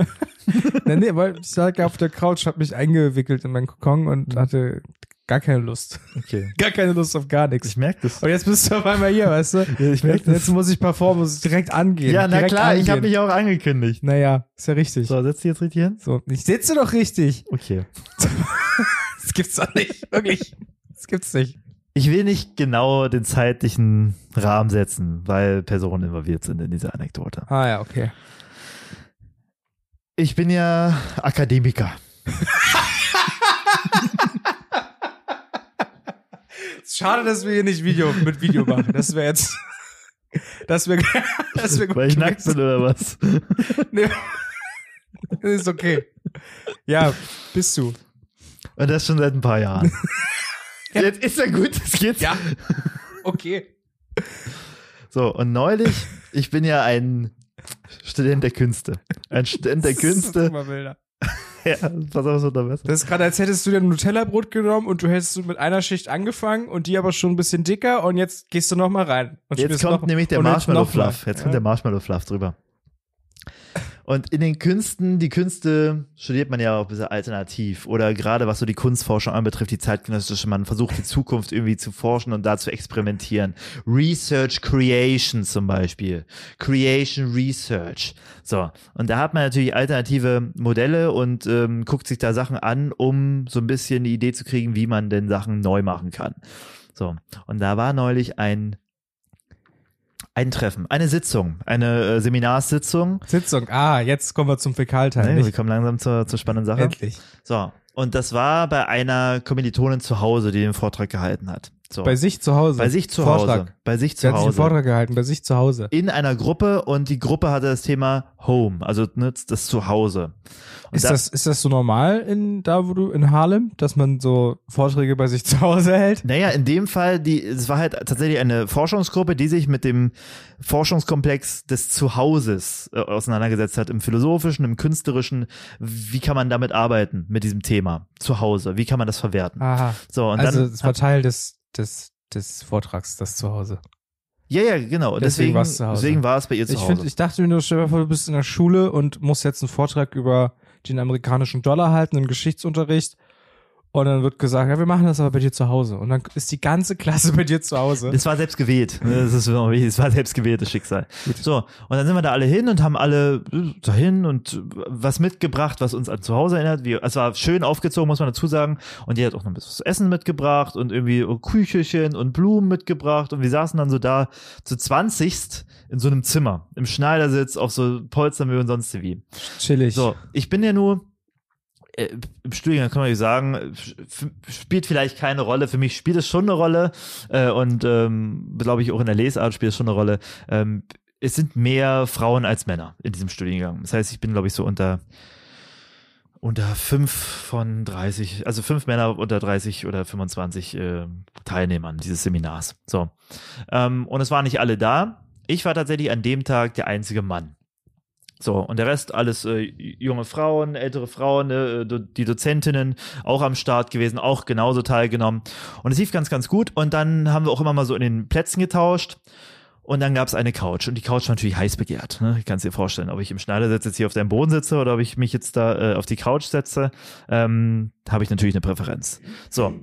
C: Nee, nee, weil ich lag auf der Couch, hab mich eingewickelt in meinen Kokon
B: Mhm.
C: und hatte gar keine Lust.
B: Okay.
C: Gar keine Lust auf gar nichts.
B: Ich merke das.
C: Und jetzt bist du auf einmal hier, weißt du?
B: Ja, ich merk
C: Jetzt,
B: das.
C: jetzt muss ich performen, muss ich direkt angehen.
B: Ja, na
C: direkt
B: klar, ich habe
C: angehen.
B: mich auch angekündigt.
C: Naja, ist ja richtig. So.
B: So, setz dich jetzt richtig hin.
C: Ich sitze doch richtig.
B: Okay.
C: Das gibt's doch nicht. Wirklich. Das gibt's nicht.
B: Ich will nicht genau den zeitlichen Rahmen setzen, weil Personen involviert sind in dieser Anekdote.
C: Ah ja, okay.
B: Ich bin ja Akademiker.
C: Schade, dass wir hier nicht Video mit Video machen. Das wäre jetzt. Das wäre das wär gut.
B: Weil ich nackt
C: gewesen.
B: bin oder was?
C: Nee. Das ist okay. Ja, bist du.
B: Und das schon seit ein paar Jahren. Jetzt ist ja gut, das geht's.
C: Ja. Okay.
B: So, und neulich, ich bin ja ein Student der Künste. Ein Student der
C: Das ist,
B: Künste.
C: immer wilder.
B: Ja, pass auf, es wird noch besser.
C: das ist gerade, als hättest du dir ein Nutella-Brot genommen und du hättest so mit einer Schicht angefangen und die aber schon ein bisschen dicker und jetzt gehst du nochmal rein. Und
B: Jetzt
C: schmierst
B: kommt
C: noch,
B: nämlich der
C: und jetzt
B: Marshmallow
C: noch mal.
B: Fluff. Jetzt
C: ja.
B: kommt der Marshmallow Fluff drüber. Und in den Künsten, die Künste studiert man ja auch ein bisschen alternativ. Oder gerade was so die Kunstforschung anbetrifft, die zeitgenössische, man versucht die Zukunft irgendwie zu forschen und da zu experimentieren. Research Creation zum Beispiel. Creation Research. So. Und da hat man natürlich alternative Modelle und ähm, guckt sich da Sachen an, um so ein bisschen die Idee zu kriegen, wie man denn Sachen neu machen kann. So. Und da war neulich ein ein Treffen, eine Sitzung, eine äh, Seminarsitzung.
C: Sitzung. Ah, jetzt kommen wir zum Fäkalteil.
B: Ne, wir
C: nicht?
B: kommen langsam zur, zur spannenden Sache.
C: Endlich.
B: So, und das war bei einer Kommilitonin zu Hause, die den Vortrag gehalten hat. So.
C: Bei sich zu Hause.
B: Bei sich zu
C: Vortrag.
B: Hause. Bei sich
C: Sie
B: zu
C: hat sich einen
B: Hause.
C: Vortrag gehalten, bei sich zu Hause.
B: In einer Gruppe und die Gruppe hatte das Thema Home, also ne, das Zuhause. Und
C: Ist das, ist das so normal in da, wo du in Harlem, dass man so Vorträge bei sich zu Hause hält?
B: Naja, in dem Fall, die, es war halt tatsächlich eine Forschungsgruppe, die sich mit dem Forschungskomplex des Zuhauses äh, auseinandergesetzt hat, im philosophischen, im künstlerischen. Wie kann man damit arbeiten, mit diesem Thema Zuhause? Wie kann man das verwerten?
C: Aha.
B: So, und
C: also
B: dann.
C: es war Teil des, des, des Vortrags, das zu Hause.
B: ja, ja, genau. Und
C: Deswegen
B: Deswegen,
C: war's zu Hause.
B: deswegen war es bei ihr zu
C: Ich,
B: Hause.
C: find, ich dachte mir nur, stell dir vor, du bist in der Schule und musst jetzt einen Vortrag über den amerikanischen Dollar halten, einen Geschichtsunterricht. Und dann wird gesagt, ja, wir machen das aber bei dir zu Hause. Und dann ist die ganze Klasse bei dir zu Hause.
B: Das war selbst gewählt. ne? Das ist immer wichtig. Das war selbst gewähltes Schicksal. So, und dann sind wir da alle hin und haben alle äh, dahin und äh, was mitgebracht, was uns an zu Hause erinnert. Wir, es war schön aufgezogen, muss man dazu sagen. Und die hat auch noch ein bisschen was zu essen mitgebracht und irgendwie Küchelchen und Blumen mitgebracht. Und wir saßen dann so da zu 20. in so einem Zimmer, im Schneidersitz, auf so Polstermühe und sonst wie.
C: Chillig.
B: So, ich bin ja nur äh, im Studiengang kann man nicht sagen, äh, f- spielt vielleicht keine Rolle. Für mich spielt es schon eine Rolle äh, und ähm, glaube ich auch in der Lesart spielt es schon eine Rolle. Ähm, es sind mehr Frauen als Männer in diesem Studiengang. Das heißt, ich bin glaube ich so unter unter fünf von 30, also fünf Männer unter 30 oder 25 äh, Teilnehmern dieses Seminars. So. Ähm, und es waren nicht alle da. Ich war tatsächlich an dem Tag der einzige Mann. So, und der Rest alles äh, junge Frauen, ältere Frauen, äh, do, die Dozentinnen auch am Start gewesen, auch genauso teilgenommen. Und es lief ganz, ganz gut. Und dann haben wir auch immer mal so in den Plätzen getauscht. Und dann gab es eine Couch. Und die Couch war natürlich heiß begehrt. Ne? Ich kann es dir vorstellen, ob ich im Schneidersitz jetzt hier auf deinem Boden sitze oder ob ich mich jetzt da äh, auf die Couch setze, ähm, habe ich natürlich eine Präferenz. So.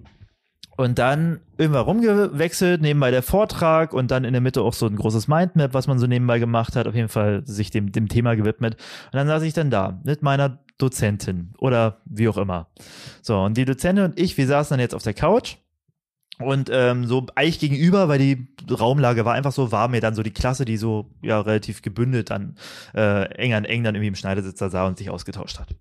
B: Und dann irgendwann rumgewechselt, nebenbei der Vortrag und dann in der Mitte auch so ein großes Mindmap, was man so nebenbei gemacht hat, auf jeden Fall sich dem, dem Thema gewidmet. Und dann saß ich dann da mit meiner Dozentin oder wie auch immer. So, und die Dozentin und ich, wir saßen dann jetzt auf der Couch und ähm, so eigentlich gegenüber, weil die Raumlage war einfach so, war mir dann so die Klasse, die so ja relativ gebündelt dann äh, eng an eng dann irgendwie im Schneidersitz da sah und sich ausgetauscht hat.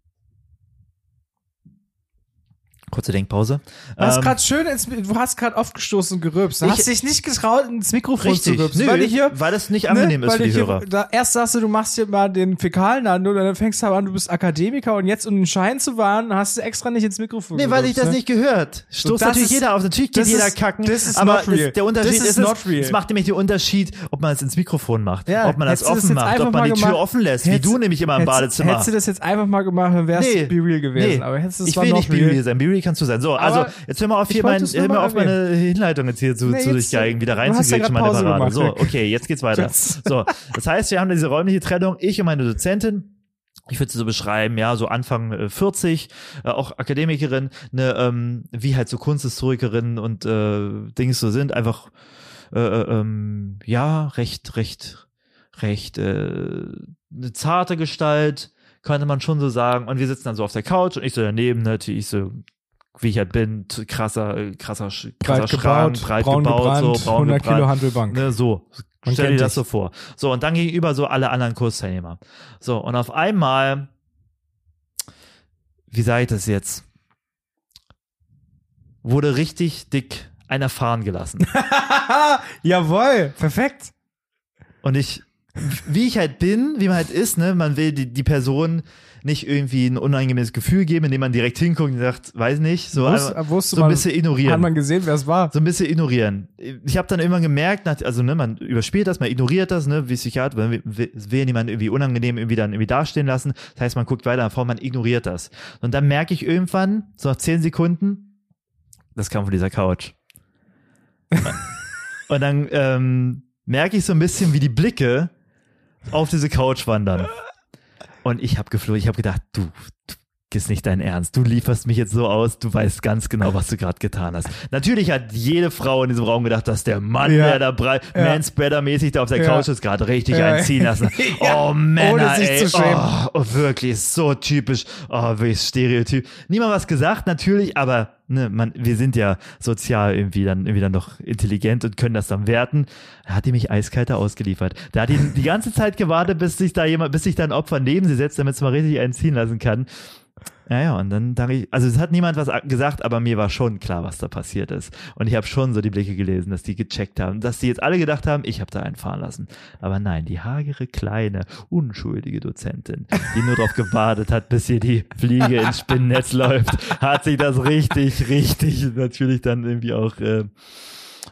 B: Kurze Denkpause.
C: Du hast
B: Ähm,
C: gerade schön ins, du hast gerade aufgestoßen und gerülpst. Du
B: Ich-
C: hast dich nicht getraut, ins Mikrofon
B: Richtig,
C: zu rülpsen.
B: nö,
C: weil du hier,
B: weil das nicht angenehm
C: ne,
B: ist
C: weil
B: für
C: du
B: die
C: hier,
B: Hörer.
C: Da, erst sagst du, du machst hier mal den Fäkalen an und dann fängst du aber an, du bist Akademiker und jetzt um den Schein zu wahren, hast du extra nicht ins Mikrofon
B: Nee, weil
C: gerülpst,
B: ich das
C: ne?
B: nicht gehört.
C: So,
B: Stoßt
C: das
B: natürlich
C: ist-
B: jeder auf. Natürlich geht
C: das
B: jeder
C: ist-
B: kacken.
C: this is
B: aber
C: not real.
B: es- der Unterschied
C: This is
B: ist,
C: not
B: es,
C: real.
B: es macht nämlich den Unterschied, ob man es ins Mikrofon macht,
C: Ja,
B: ob man das
C: hättest du das
B: offen
C: jetzt
B: macht,
C: einfach
B: ob man
C: mal
B: die Tür
C: gemacht,
B: offen lässt, wie
C: hättest-
B: du nämlich immer im
C: hättest-
B: Badezimmer.
C: Hättest du das jetzt einfach mal gemacht, dann wärst
B: Nee,
C: du be real gewesen.
B: nee.
C: Aber hättest du es
B: ich
C: war
B: will
C: not
B: nicht
C: real.
B: Be-Real sein. Be-Real kannst du sein. So,
C: Aber
B: also, jetzt hör mal auf,
C: ich
B: hier
C: wollte
B: mein,
C: es nur
B: hör
C: mal
B: mal auf meine Hinleitung jetzt hier zu,
C: Nee,
B: zu
C: jetzt-
B: sich geigen, wieder
C: du hast ja
B: reinzugehen,
C: gerade
B: meine
C: Pause
B: Parade. So,
C: gemacht.
B: okay, jetzt geht's weiter.
C: Tschüss.
B: So, das heißt, wir haben diese räumliche Trennung, ich und meine Dozentin. Ich würde sie so beschreiben, ja, so Anfang äh, 40, äh, auch Akademikerin, ne, ähm, wie halt so Kunsthistorikerinnen und äh, Dings so sind, einfach äh, äh, ähm, ja, recht, recht, recht äh, eine zarte Gestalt, könnte man schon so sagen. Und wir sitzen dann so auf der Couch und ich so daneben, natürlich so, wie ich halt bin, t- krasser, äh, krasser, Sch- krasser
C: breit gebaut,
B: Schrank, breit
C: braun
B: gebaut,
C: gebrannt,
B: so braun
C: 100 Kilo
B: gebrannt.
C: Handelbank.
B: Ne, so,
C: Man
B: stell dir
C: kennt
B: das
C: dich.
B: so vor. So, und dann gegenüber so alle anderen Kursteilnehmer. So, und auf einmal, wie sage ich das jetzt? Wurde richtig dick einer fahren gelassen.
C: Jawohl, perfekt.
B: Und ich, wie ich halt bin, wie man halt ist, ne, man will die, die Person nicht irgendwie ein unangenehmes Gefühl geben, indem man direkt hinguckt und sagt, weiß nicht, so,
C: Wusst-
B: einfach
C: wusste
B: so ein
C: man-
B: bisschen
C: Hat
B: ignorieren.
C: man gesehen, wer es war.
B: So ein bisschen ignorieren. Ich habe dann irgendwann gemerkt, nach, also ne, man überspielt das, man ignoriert das, ne, wie Psychiater, man will, will niemanden irgendwie unangenehm irgendwie dann irgendwie dastehen lassen. Das heißt, man guckt weiter nach vorne, man ignoriert das. Und dann merke ich irgendwann, so nach zehn Sekunden, das kam von dieser Couch. Und dann ähm, merke ich so ein bisschen, wie die Blicke auf diese Couch wandern. Und ich habe geflohen. Ich habe gedacht, du, du ist nicht dein Ernst. Du lieferst mich jetzt so aus, du weißt ganz genau, was du gerade getan hast. Natürlich hat jede Frau in diesem Raum gedacht, dass der Mann,
C: Ja.
B: der da brei-
C: Ja.
B: Manspreader-mäßig da auf der
C: Ja.
B: Couch ist, gerade richtig
C: Ja.
B: einziehen lassen.
C: Ja.
B: Oh, Männer,
C: Ohne sich
B: ey.
C: zu schämen.
B: Oh, wirklich, so typisch. Oh, wirklich Stereotyp. Niemand was gesagt, natürlich, aber ne, man, wir sind ja sozial irgendwie dann, irgendwie dann noch intelligent und können das dann werten. Da hat die mich eiskalter ausgeliefert. Da hat die die ganze Zeit gewartet, bis sich da jemand, bis sich da ein Opfer neben sie setzt, damit es mal richtig einziehen lassen kann. Ja, ja, und dann dachte ich, also es hat niemand was a- gesagt, aber mir war schon klar, was da passiert ist. Und ich habe schon so die Blicke gelesen, dass die gecheckt haben, dass die jetzt alle gedacht haben, ich habe da einen fahren lassen. Aber nein, die hagere, kleine, unschuldige Dozentin, die nur darauf gewartet hat, bis hier die Fliege ins Spinnennetz läuft, hat sich das richtig, richtig natürlich dann irgendwie auch äh,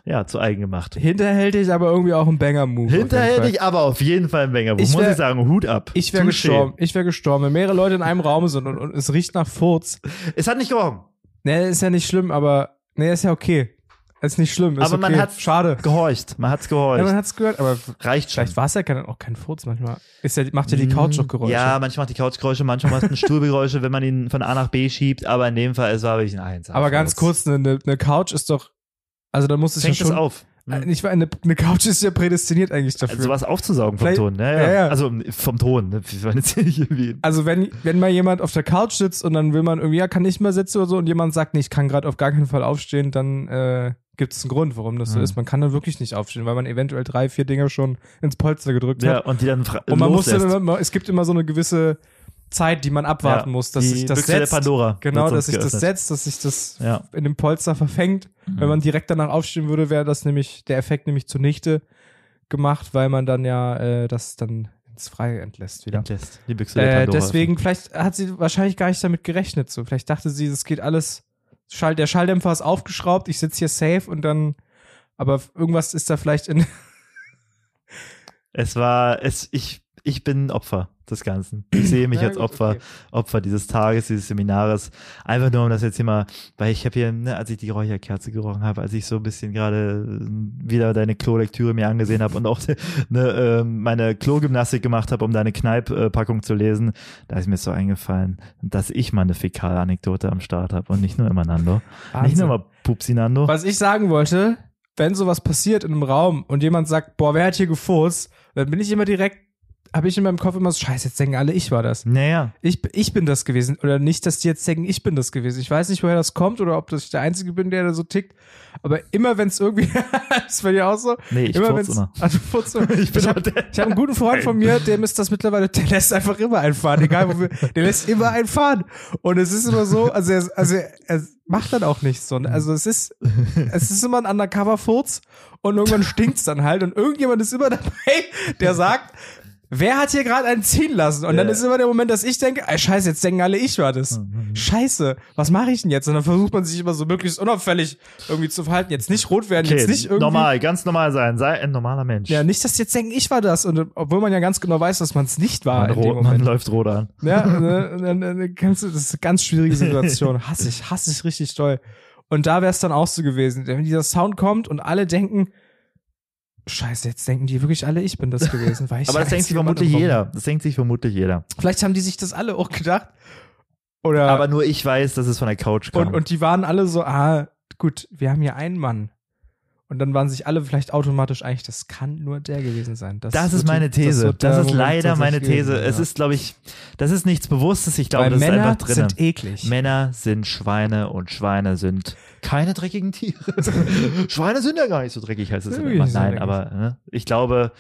B: ja, zu eigen gemacht.
C: Hinterhältig, aber irgendwie auch ein Banger-Move.
B: Hinterhältig, aber auf jeden Fall ein Banger. Wo
C: Ich
B: muss
C: wär-
B: ich sagen, Hut ab.
C: Ich wäre
B: Touché.
C: gestorben. Ich wäre gestorben. Wenn mehrere Leute in einem Raum sind und, und es riecht nach Furz.
B: Es hat nicht gerochen.
C: Nee, ist ja nicht schlimm, aber. Nee, ist ja okay. Ist nicht schlimm. Ist
B: Aber
C: okay.
B: man hat's-
C: Schade.
B: Gehorcht. Man hat's
C: Ja,
B: gehorcht.
C: man hat's gehört, aber
B: Reicht schon. Mhm.
C: vielleicht war es ja kein, auch kein Furz manchmal. Ist ja, macht ja die Couch auch Geräusche.
B: Ja, manchmal macht die Couchgeräusche, manchmal macht ein Stuhlgeräusche, wenn man ihn von A nach B schiebt, aber in dem Fall es war wirklich ein Eins.
C: aber ganz kurz, eine, eine- eine Couch ist doch. Also da muss es ja
B: Fängt das
C: schon.
B: auf. Mhm.
C: Äh, Ich war, eine, eine Couch ist ja prädestiniert eigentlich dafür.
B: Also sowas aufzusaugen vom
C: Vielleicht-
B: Ton. Ja, ja.
C: Ja, ja.
B: Also vom Ton. Ne? Wir waren jetzt nicht irgendwie.
C: also wenn, wenn mal jemand auf der Couch sitzt und dann will man irgendwie, ja, kann ich mal sitzen oder so und jemand sagt, nee, ich kann gerade auf gar keinen Fall aufstehen, dann äh, gibt es einen Grund, warum das so
B: Mhm.
C: ist. Man kann dann wirklich nicht aufstehen, weil man eventuell drei, vier Dinger schon ins Polster gedrückt
B: Ja,
C: hat.
B: und die dann fra-
C: Und man muss
B: loslässt.
C: dann immer, immer- es gibt immer so eine gewisse Zeit, die man abwarten
B: Ja,
C: muss, dass
B: die
C: sich das
B: Büchse der
C: setzt.
B: Pandora
C: Genau,
B: wird
C: dass
B: sonst
C: sich das
B: geöffnet.
C: setzt, dass sich das
B: Ja. Mhm.
C: in dem Polster verfängt. Wenn man direkt danach aufstehen würde, wäre das nämlich, der Effekt nämlich zunichte gemacht, weil man dann ja äh, das dann ins Freie entlässt wieder.
B: Entlässt. Die Büchse der
C: Äh,
B: Pandora.
C: deswegen, vielleicht hat sie wahrscheinlich gar nicht damit gerechnet. So. Vielleicht dachte sie, es geht alles. Schall, der Schalldämpfer ist aufgeschraubt, ich sitze hier safe und dann. Aber irgendwas ist da vielleicht in.
B: Es war, es, ich, ich bin Opfer des Ganzen. Ich sehe mich
C: Na
B: als
C: gut,
B: Opfer,
C: okay.
B: Opfer dieses Tages, dieses Seminares. Einfach nur, um das jetzt hier mal, weil ich habe hier, ne, als ich die Räucherkerze gerochen habe, als ich so ein bisschen gerade äh, wieder deine Klolektüre mir angesehen habe und auch ne, ähm, meine Klogymnastik gemacht habe, um deine Kneipp-Packung zu lesen, da ist mir so eingefallen, dass ich mal eine Fäkal-Anekdote am Start habe und nicht nur immer Nando. Nicht
C: Wahnsinn.
B: nur immer Pupsi Nando.
C: Was ich sagen wollte, wenn sowas passiert in einem Raum und jemand sagt, boah, wer hat hier gefurzt, dann bin ich immer direkt, habe ich in meinem Kopf immer so, scheiße, jetzt denken alle, ich war das.
B: Naja,
C: Ich, ich bin das gewesen. Oder nicht, dass die jetzt denken, ich bin das gewesen. Ich weiß nicht, woher das kommt oder ob das ich der Einzige bin, der da so tickt. Aber immer, wenn es irgendwie, das war ja auch so.
B: nee, ich
C: immer,
B: furz
C: wenn's,
B: immer.
C: Also, furz immer. ich
B: bin
C: ich habe
B: immer der-
C: hab einen guten Freund von mir, dem ist das mittlerweile, der lässt einfach immer einfahren, egal wo wir, der lässt immer einfahren. Und es ist immer so, also er, also er, er macht dann auch nichts. So. Also es ist, es ist immer ein Undercover-Furz und irgendwann stinkt's dann halt und irgendjemand ist immer dabei, der sagt, Wer hat hier gerade einen ziehen lassen? Und dann
B: Ja.
C: ist immer der Moment, dass ich denke, ey, scheiße, jetzt denken alle, ich war das. Scheiße, was mache ich denn jetzt? Und dann versucht man sich immer so möglichst unauffällig irgendwie zu verhalten. Jetzt nicht rot werden,
B: Okay,
C: jetzt nicht irgendwie
B: normal, ganz normal sein. Sei ein normaler Mensch.
C: ja, nicht, dass die jetzt denken, ich war das. Und äh, obwohl man ja ganz genau weiß, dass man es nicht war
B: man,
C: in dem
B: ro- man
C: Moment.
B: läuft rot an.
C: Ja, ne, ne, ne, ne, kannst du- das ist eine ganz schwierige Situation. Hasse ich, hasse ich richtig doll. Und da wäre es dann auch so gewesen, wenn dieser Sound kommt und alle denken, Scheiße, jetzt denken die wirklich alle, ich bin das gewesen. Weil ich
B: Aber das
C: der
B: denkt sich
C: einzige Mann
B: vermutlich um.
C: im Raum
B: jeder. Das denkt sich vermutlich jeder.
C: bin. Vielleicht haben die sich das alle auch gedacht. Oder
B: Aber nur ich weiß, dass es von der Couch kam.
C: und, und die waren alle so, ah, gut, wir haben hier einen Mann. Und dann waren sich alle vielleicht automatisch eigentlich, das kann nur der gewesen sein.
B: das ist
C: wird-
B: meine These.
C: wird
B: Das,
C: der
B: ist
C: Moment
B: leider meine
C: tatsächlich
B: These.
C: gewesen,
B: Es
C: ja.
B: ist, glaube ich, das ist nichts Bewusstes. Ich glaube,
C: Weil
B: das
C: Männer
B: ist einfach drin.
C: sind eklig.
B: Männer sind Schweine und Schweine sind keine dreckigen Tiere. Schweine sind ja gar nicht so dreckig, heißt es
C: Ja,
B: dann
C: die
B: immer.
C: sind
B: Nein,
C: dreckig.
B: aber ne? ich glaube,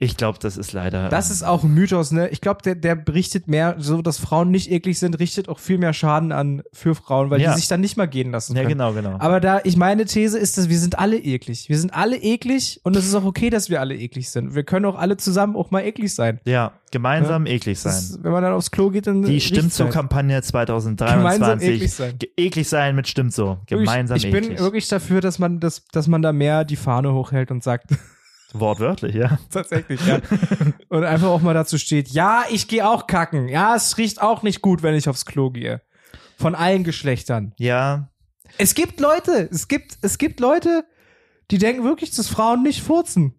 B: ich glaube, das ist leider.
C: das ist auch ein Mythos, ne? Ich glaube, der, der berichtet mehr, so dass Frauen nicht eklig sind, richtet auch viel mehr Schaden an für Frauen, weil
B: Ja.
C: die sich dann nicht mal gehen lassen
B: ja
C: können.
B: genau, genau.
C: Aber da, ich meine These ist, dass wir sind alle eklig. Wir sind alle eklig und es ist auch okay, dass wir alle eklig sind. Wir können auch alle zusammen auch mal eklig sein.
B: ähm, ja, gemeinsam eklig sein.
C: Das ist, wenn man dann aufs Klo geht, dann
B: Die
C: riecht's
B: stimmt so
C: halt.
B: Kampagne 2023.
C: Gemeinsam eklig sein.
B: Ge- Eklig sein mit stimmt so.
C: Wirklich,
B: Gemeinsam
C: ich
B: eklig.
C: bin wirklich dafür, dass man das, dass man da mehr die Fahne hochhält und sagt,
B: Wortwörtlich, ja.
C: tatsächlich, ja. und einfach auch mal dazu steht, ja, ich gehe auch kacken. Ja, es riecht auch nicht gut, wenn ich aufs Klo gehe. Von allen Geschlechtern.
B: Ja,
C: Es gibt Leute, es gibt, es gibt Leute, die denken wirklich, dass Frauen nicht furzen.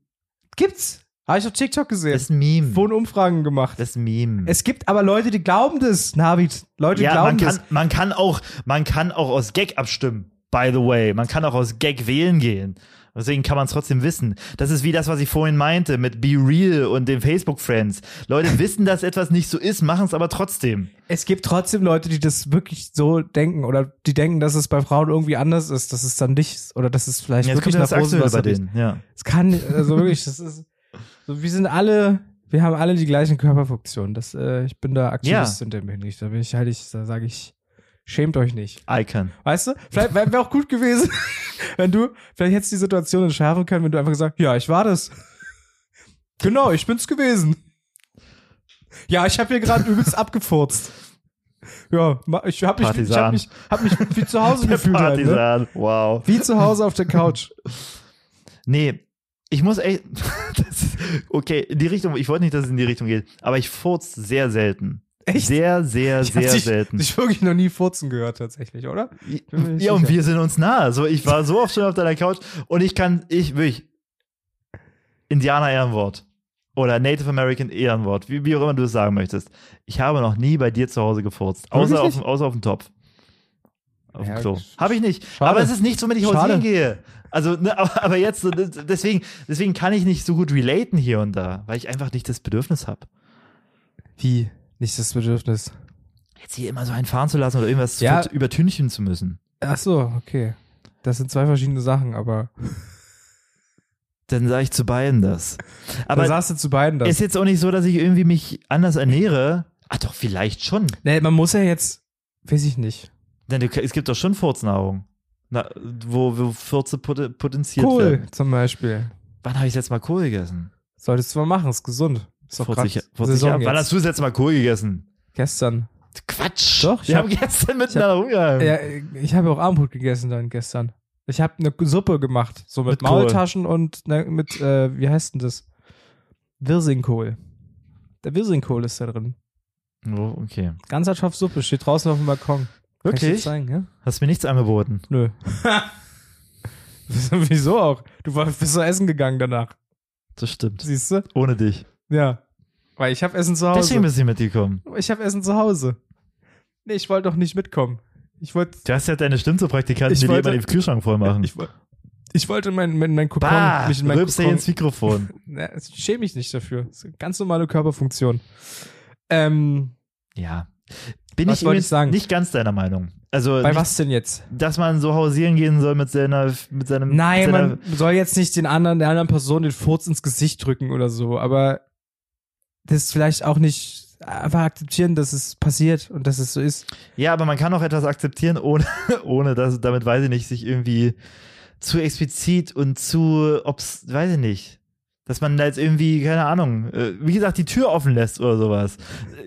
C: Gibt's. Habe ich auf TikTok gesehen.
B: Das ist ein Meme.
C: wurden Umfragen gemacht.
B: Das ist ein Meme.
C: es gibt aber Leute, die glauben das, Navid. Leute
B: ja,
C: glauben
B: man kann,
C: das.
B: man kann auch, man kann auch aus Gag abstimmen. By the way, man kann auch aus Gag wählen gehen. Deswegen kann man es trotzdem wissen. Das ist wie das, was ich vorhin meinte mit Be Real und den Facebook Friends. Leute wissen, dass etwas nicht so ist, machen es aber trotzdem.
C: Es gibt trotzdem Leute, die das wirklich so denken oder die denken, dass es bei Frauen irgendwie anders ist, dass es dann nicht ist oder dass es vielleicht
B: Jetzt
C: wirklich
B: kommt ja
C: nach
B: das Aktuelle bei
C: Rosenwasser riecht.
B: denen. Ja.
C: Es kann, also wirklich, das ist, so, wir sind alle, wir haben alle die gleichen Körperfunktionen. Das, äh, ich bin da Aktivist
B: Ja.
C: in dem Hinsicht. Da bin ich halt, ich, da sage ich, schämt euch nicht.
B: Icon.
C: Weißt du? Vielleicht wäre wär auch gut gewesen, wenn du, vielleicht hättest du die Situation entschärfen können, wenn du einfach gesagt, ja, ich war das. Genau, ich bin's gewesen. Ja, ich habe hier gerade übelst abgefurzt. Ja, ma- ich habe mich, wie- ich hab
B: Partisan.
C: mich, hab mich wie zu Hause
B: Der
C: gefühlt. Halt, ne?
B: Partisan. Wow.
C: Wie zu Hause auf der Couch.
B: Nee, ich muss echt. das ist, okay, in die Richtung, ich wollte nicht, dass es in die Richtung geht, aber ich furz sehr selten.
C: Echt?
B: Sehr, sehr,
C: hab
B: sehr
C: dich,
B: selten.
C: Dich wirklich noch nie furzen gehört, tatsächlich, oder? bin mir nicht
B: Ja, und
C: sicher.
B: wir sind uns nah. So, ich war so oft schon auf deiner Couch und ich kann, ich wirklich, Indianer-Ehrenwort oder Native American Ehrenwort, wie, wie auch immer du es sagen möchtest. Ich habe noch nie bei dir zu Hause gefurzt, außer
C: Wirklich
B: auf,
C: nicht?
B: außer auf dem Topf. Auf
C: Ja,
B: dem Klo.
C: sch-
B: Habe ich nicht.
C: schade.
B: Aber es ist nicht so, wenn ich
C: Schade.
B: hausieren gehe. Also, ne, aber, aber jetzt, so, das- deswegen, deswegen kann ich nicht so gut relaten hier und da, weil ich einfach nicht das Bedürfnis habe.
C: Wie? Nicht das Bedürfnis.
B: Jetzt hier immer so einen fahren zu lassen oder irgendwas
C: Ja.
B: zu- übertünchen zu müssen.
C: Ach so, okay. Das sind zwei verschiedene Sachen, aber,
B: Dann sage ich zu beiden das.
C: aber
B: Aber
C: da sagst du zu beiden das.
B: Ist jetzt auch nicht so, dass ich irgendwie mich anders ernähre. Ah, doch, vielleicht schon.
C: Nee, man muss ja jetzt, weiß ich nicht.
B: Denn du, es gibt doch schon Furznahrung. Na, wo, wo Furze pot potenziert
C: Kohl
B: werden.
C: zum Beispiel.
B: Wann habe ich das letzte Mal Kohl gegessen?
C: Solltest du mal machen, ist gesund. Ist doch
B: Furze
C: gerade
B: ich- furze ich ab.
C: Saison
B: Wann
C: jetzt.
B: hast du das letzte Mal Kohl gegessen?
C: Gestern.
B: Quatsch.
C: Doch, ich
B: Wir
C: hab-
B: haben gestern miteinander rumgehangen.
C: Ja, ich habe auch Armut gegessen dann gestern. Ich habe eine Suppe gemacht, so mit,
B: Mit Kohl.
C: Maultaschen und ne, mit, äh, wie heißt denn das? Wirsingkohl. Der Wirsingkohl ist da drin.
B: Oh, okay.
C: Ganzer Topf Suppe steht draußen auf dem Balkon. Kann ich dir
B: Wirklich?
C: zeigen, ja?
B: Hast mir nichts angeboten.
C: Nö. Wieso auch? Du war- bist so essen gegangen danach.
B: Das stimmt.
C: Siehst du?
B: Ohne dich.
C: Ja. Weil ich habe Essen zu Hause.
B: Deswegen bist du nicht mitgekommen.
C: Ich habe Essen zu Hause. Nee, ich wollte doch nicht mitkommen. Ich wollte
B: Du hast ja deine Stimme zur Praktikanten,
C: Ich
B: die dir
C: wollte-
B: immer den Kühlschrank voll machen.
C: Ich, wo- ich wollte mein, mein, mein Kokon,
B: bah,
C: mich in mein
B: rülpst dir
C: Kokon,
B: ins Mikrofon.
C: Na, ich schäme mich nicht dafür. Das ist eine ganz normale Körperfunktion. Ähm,
B: ja. Bin
C: Was
B: ich
C: wollte
B: übrigens
C: ich sagen?
B: nicht ganz deiner Meinung. Also
C: bei
B: nicht
C: was denn jetzt?
B: dass man so hausieren gehen soll mit seiner, mit seinem.
C: Nein,
B: mit seiner,
C: man soll jetzt nicht den anderen, der anderen Person den Furz ins Gesicht drücken oder so, aber das ist vielleicht auch nicht einfach akzeptieren, dass es passiert und dass es so ist.
B: Ja, aber man kann auch etwas akzeptieren, ohne, ohne dass, damit weiß ich nicht, sich irgendwie zu explizit und zu, obs, weiß ich nicht. Dass man da jetzt irgendwie, keine Ahnung, äh, wie gesagt, die Tür offen lässt oder sowas.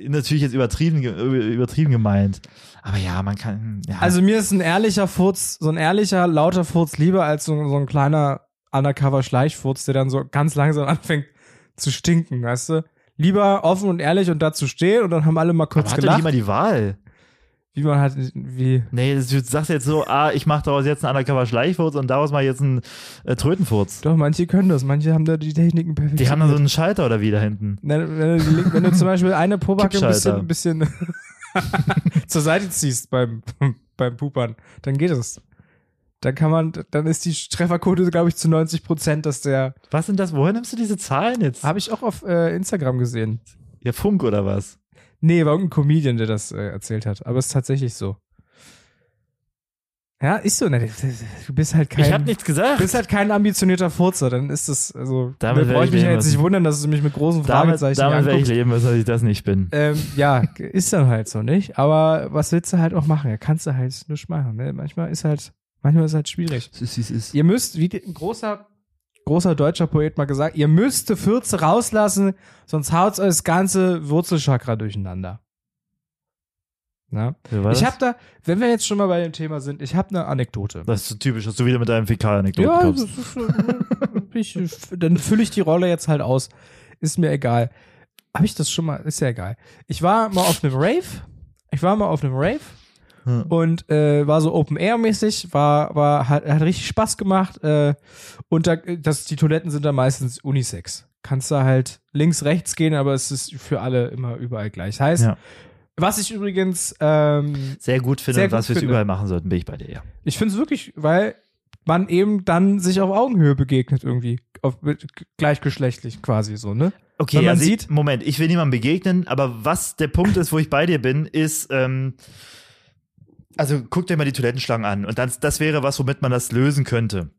B: Äh, Natürlich jetzt übertrieben, ge- über- übertrieben gemeint. Aber ja, man kann, ja.
C: Also mir ist ein ehrlicher Furz, so ein ehrlicher, lauter Furz lieber als so, so ein kleiner Undercover-Schleichfurz, der dann so ganz langsam anfängt zu stinken, weißt du? Lieber offen und ehrlich und dazu stehen und dann haben alle mal
B: man
C: kurz
B: hat doch nicht
C: gelacht,
B: immer die Wahl.
C: wie man halt, wie,
B: Nee, das, du sagst jetzt so, ah, ich mache daraus jetzt einen Undercover-Schleichfurz und daraus mal jetzt einen äh, Trötenfurz.
C: doch, manche können das, manche haben da die Techniken perfekt.
B: Die haben dann so einen Schalter oder wie da hinten.
C: wenn, wenn, du die link- wenn du zum Beispiel eine Pobacke ein bisschen,
B: Kippschalter.
C: ein bisschen zur Seite ziehst beim, beim Pupern, dann geht es. Dann kann man, dann ist die Trefferquote, glaube ich, zu 90 Prozent, dass der
B: Was sind das? Woher nimmst du diese Zahlen jetzt?
C: Habe ich auch auf äh, Instagram gesehen.
B: ja, Funk oder was?
C: Nee, war irgendein Comedian, der das äh, erzählt hat. Aber es ist tatsächlich so. Ja, ist so. Ne? Du bist halt kein.
B: ich hab nichts
C: Du
B: gesagt.
C: bist halt kein ambitionierter Furzer, dann ist das, also,
B: Damit
C: da
B: werd
C: brauche ich
B: ich
C: mich
B: leben
C: jetzt nicht wundern, dass du mich mit großen
B: damit damit
C: Fragezeichen hier
B: werde ich
C: anguckst.
B: leben müssen, dass ich das nicht bin.
C: Ähm, ja, ist dann halt so, nicht? Aber was willst du halt auch machen? Ja, kannst du halt nicht machen, ne? Manchmal ist halt, manchmal ist halt schwierig. Ihr müsst, wie ein großer, großer deutscher Poet mal gesagt, ihr müsst die Fürze rauslassen, sonst haut's euch das ganze Wurzelchakra durcheinander. Na?
B: Wer war
C: Ich
B: das?
C: habe da, wenn wir jetzt schon mal bei dem Thema sind, ich habe eine Anekdote.
B: das ist so typisch, dass du wieder mit deinem Fäkal-Anekdoten
C: Ja, das
B: kommst.
C: ist, äh, ich, dann fülle ich die Rolle jetzt halt aus. Ist mir egal. Habe ich das schon mal? Ist ja egal. Ich war mal auf einem Rave. Ich war mal auf einem Rave
B: Hm.
C: und äh, war so Open Air mäßig, war war hat, hat richtig Spaß gemacht äh, und da, das die Toiletten sind dann meistens Unisex. kannst du halt links, rechts gehen, aber es ist für alle immer überall gleich. Heißt,
B: Ja.
C: was ich übrigens, ähm,
B: Sehr gut finde,
C: Sehr
B: und was
C: gut
B: wir es
C: finde.
B: überall machen sollten, bin ich bei dir, ja.
C: ich finde es wirklich, weil man eben dann sich auf Augenhöhe begegnet irgendwie. Auf, gleichgeschlechtlich quasi so, ne?
B: Okay,
C: Wenn man
B: also
C: sieht-
B: Ich, Moment, ich will niemandem begegnen, aber was der Punkt ist, wo ich bei dir bin, ist, ähm, also guck dir mal die Toilettenschlangen an und das, das wäre was, womit man das lösen könnte.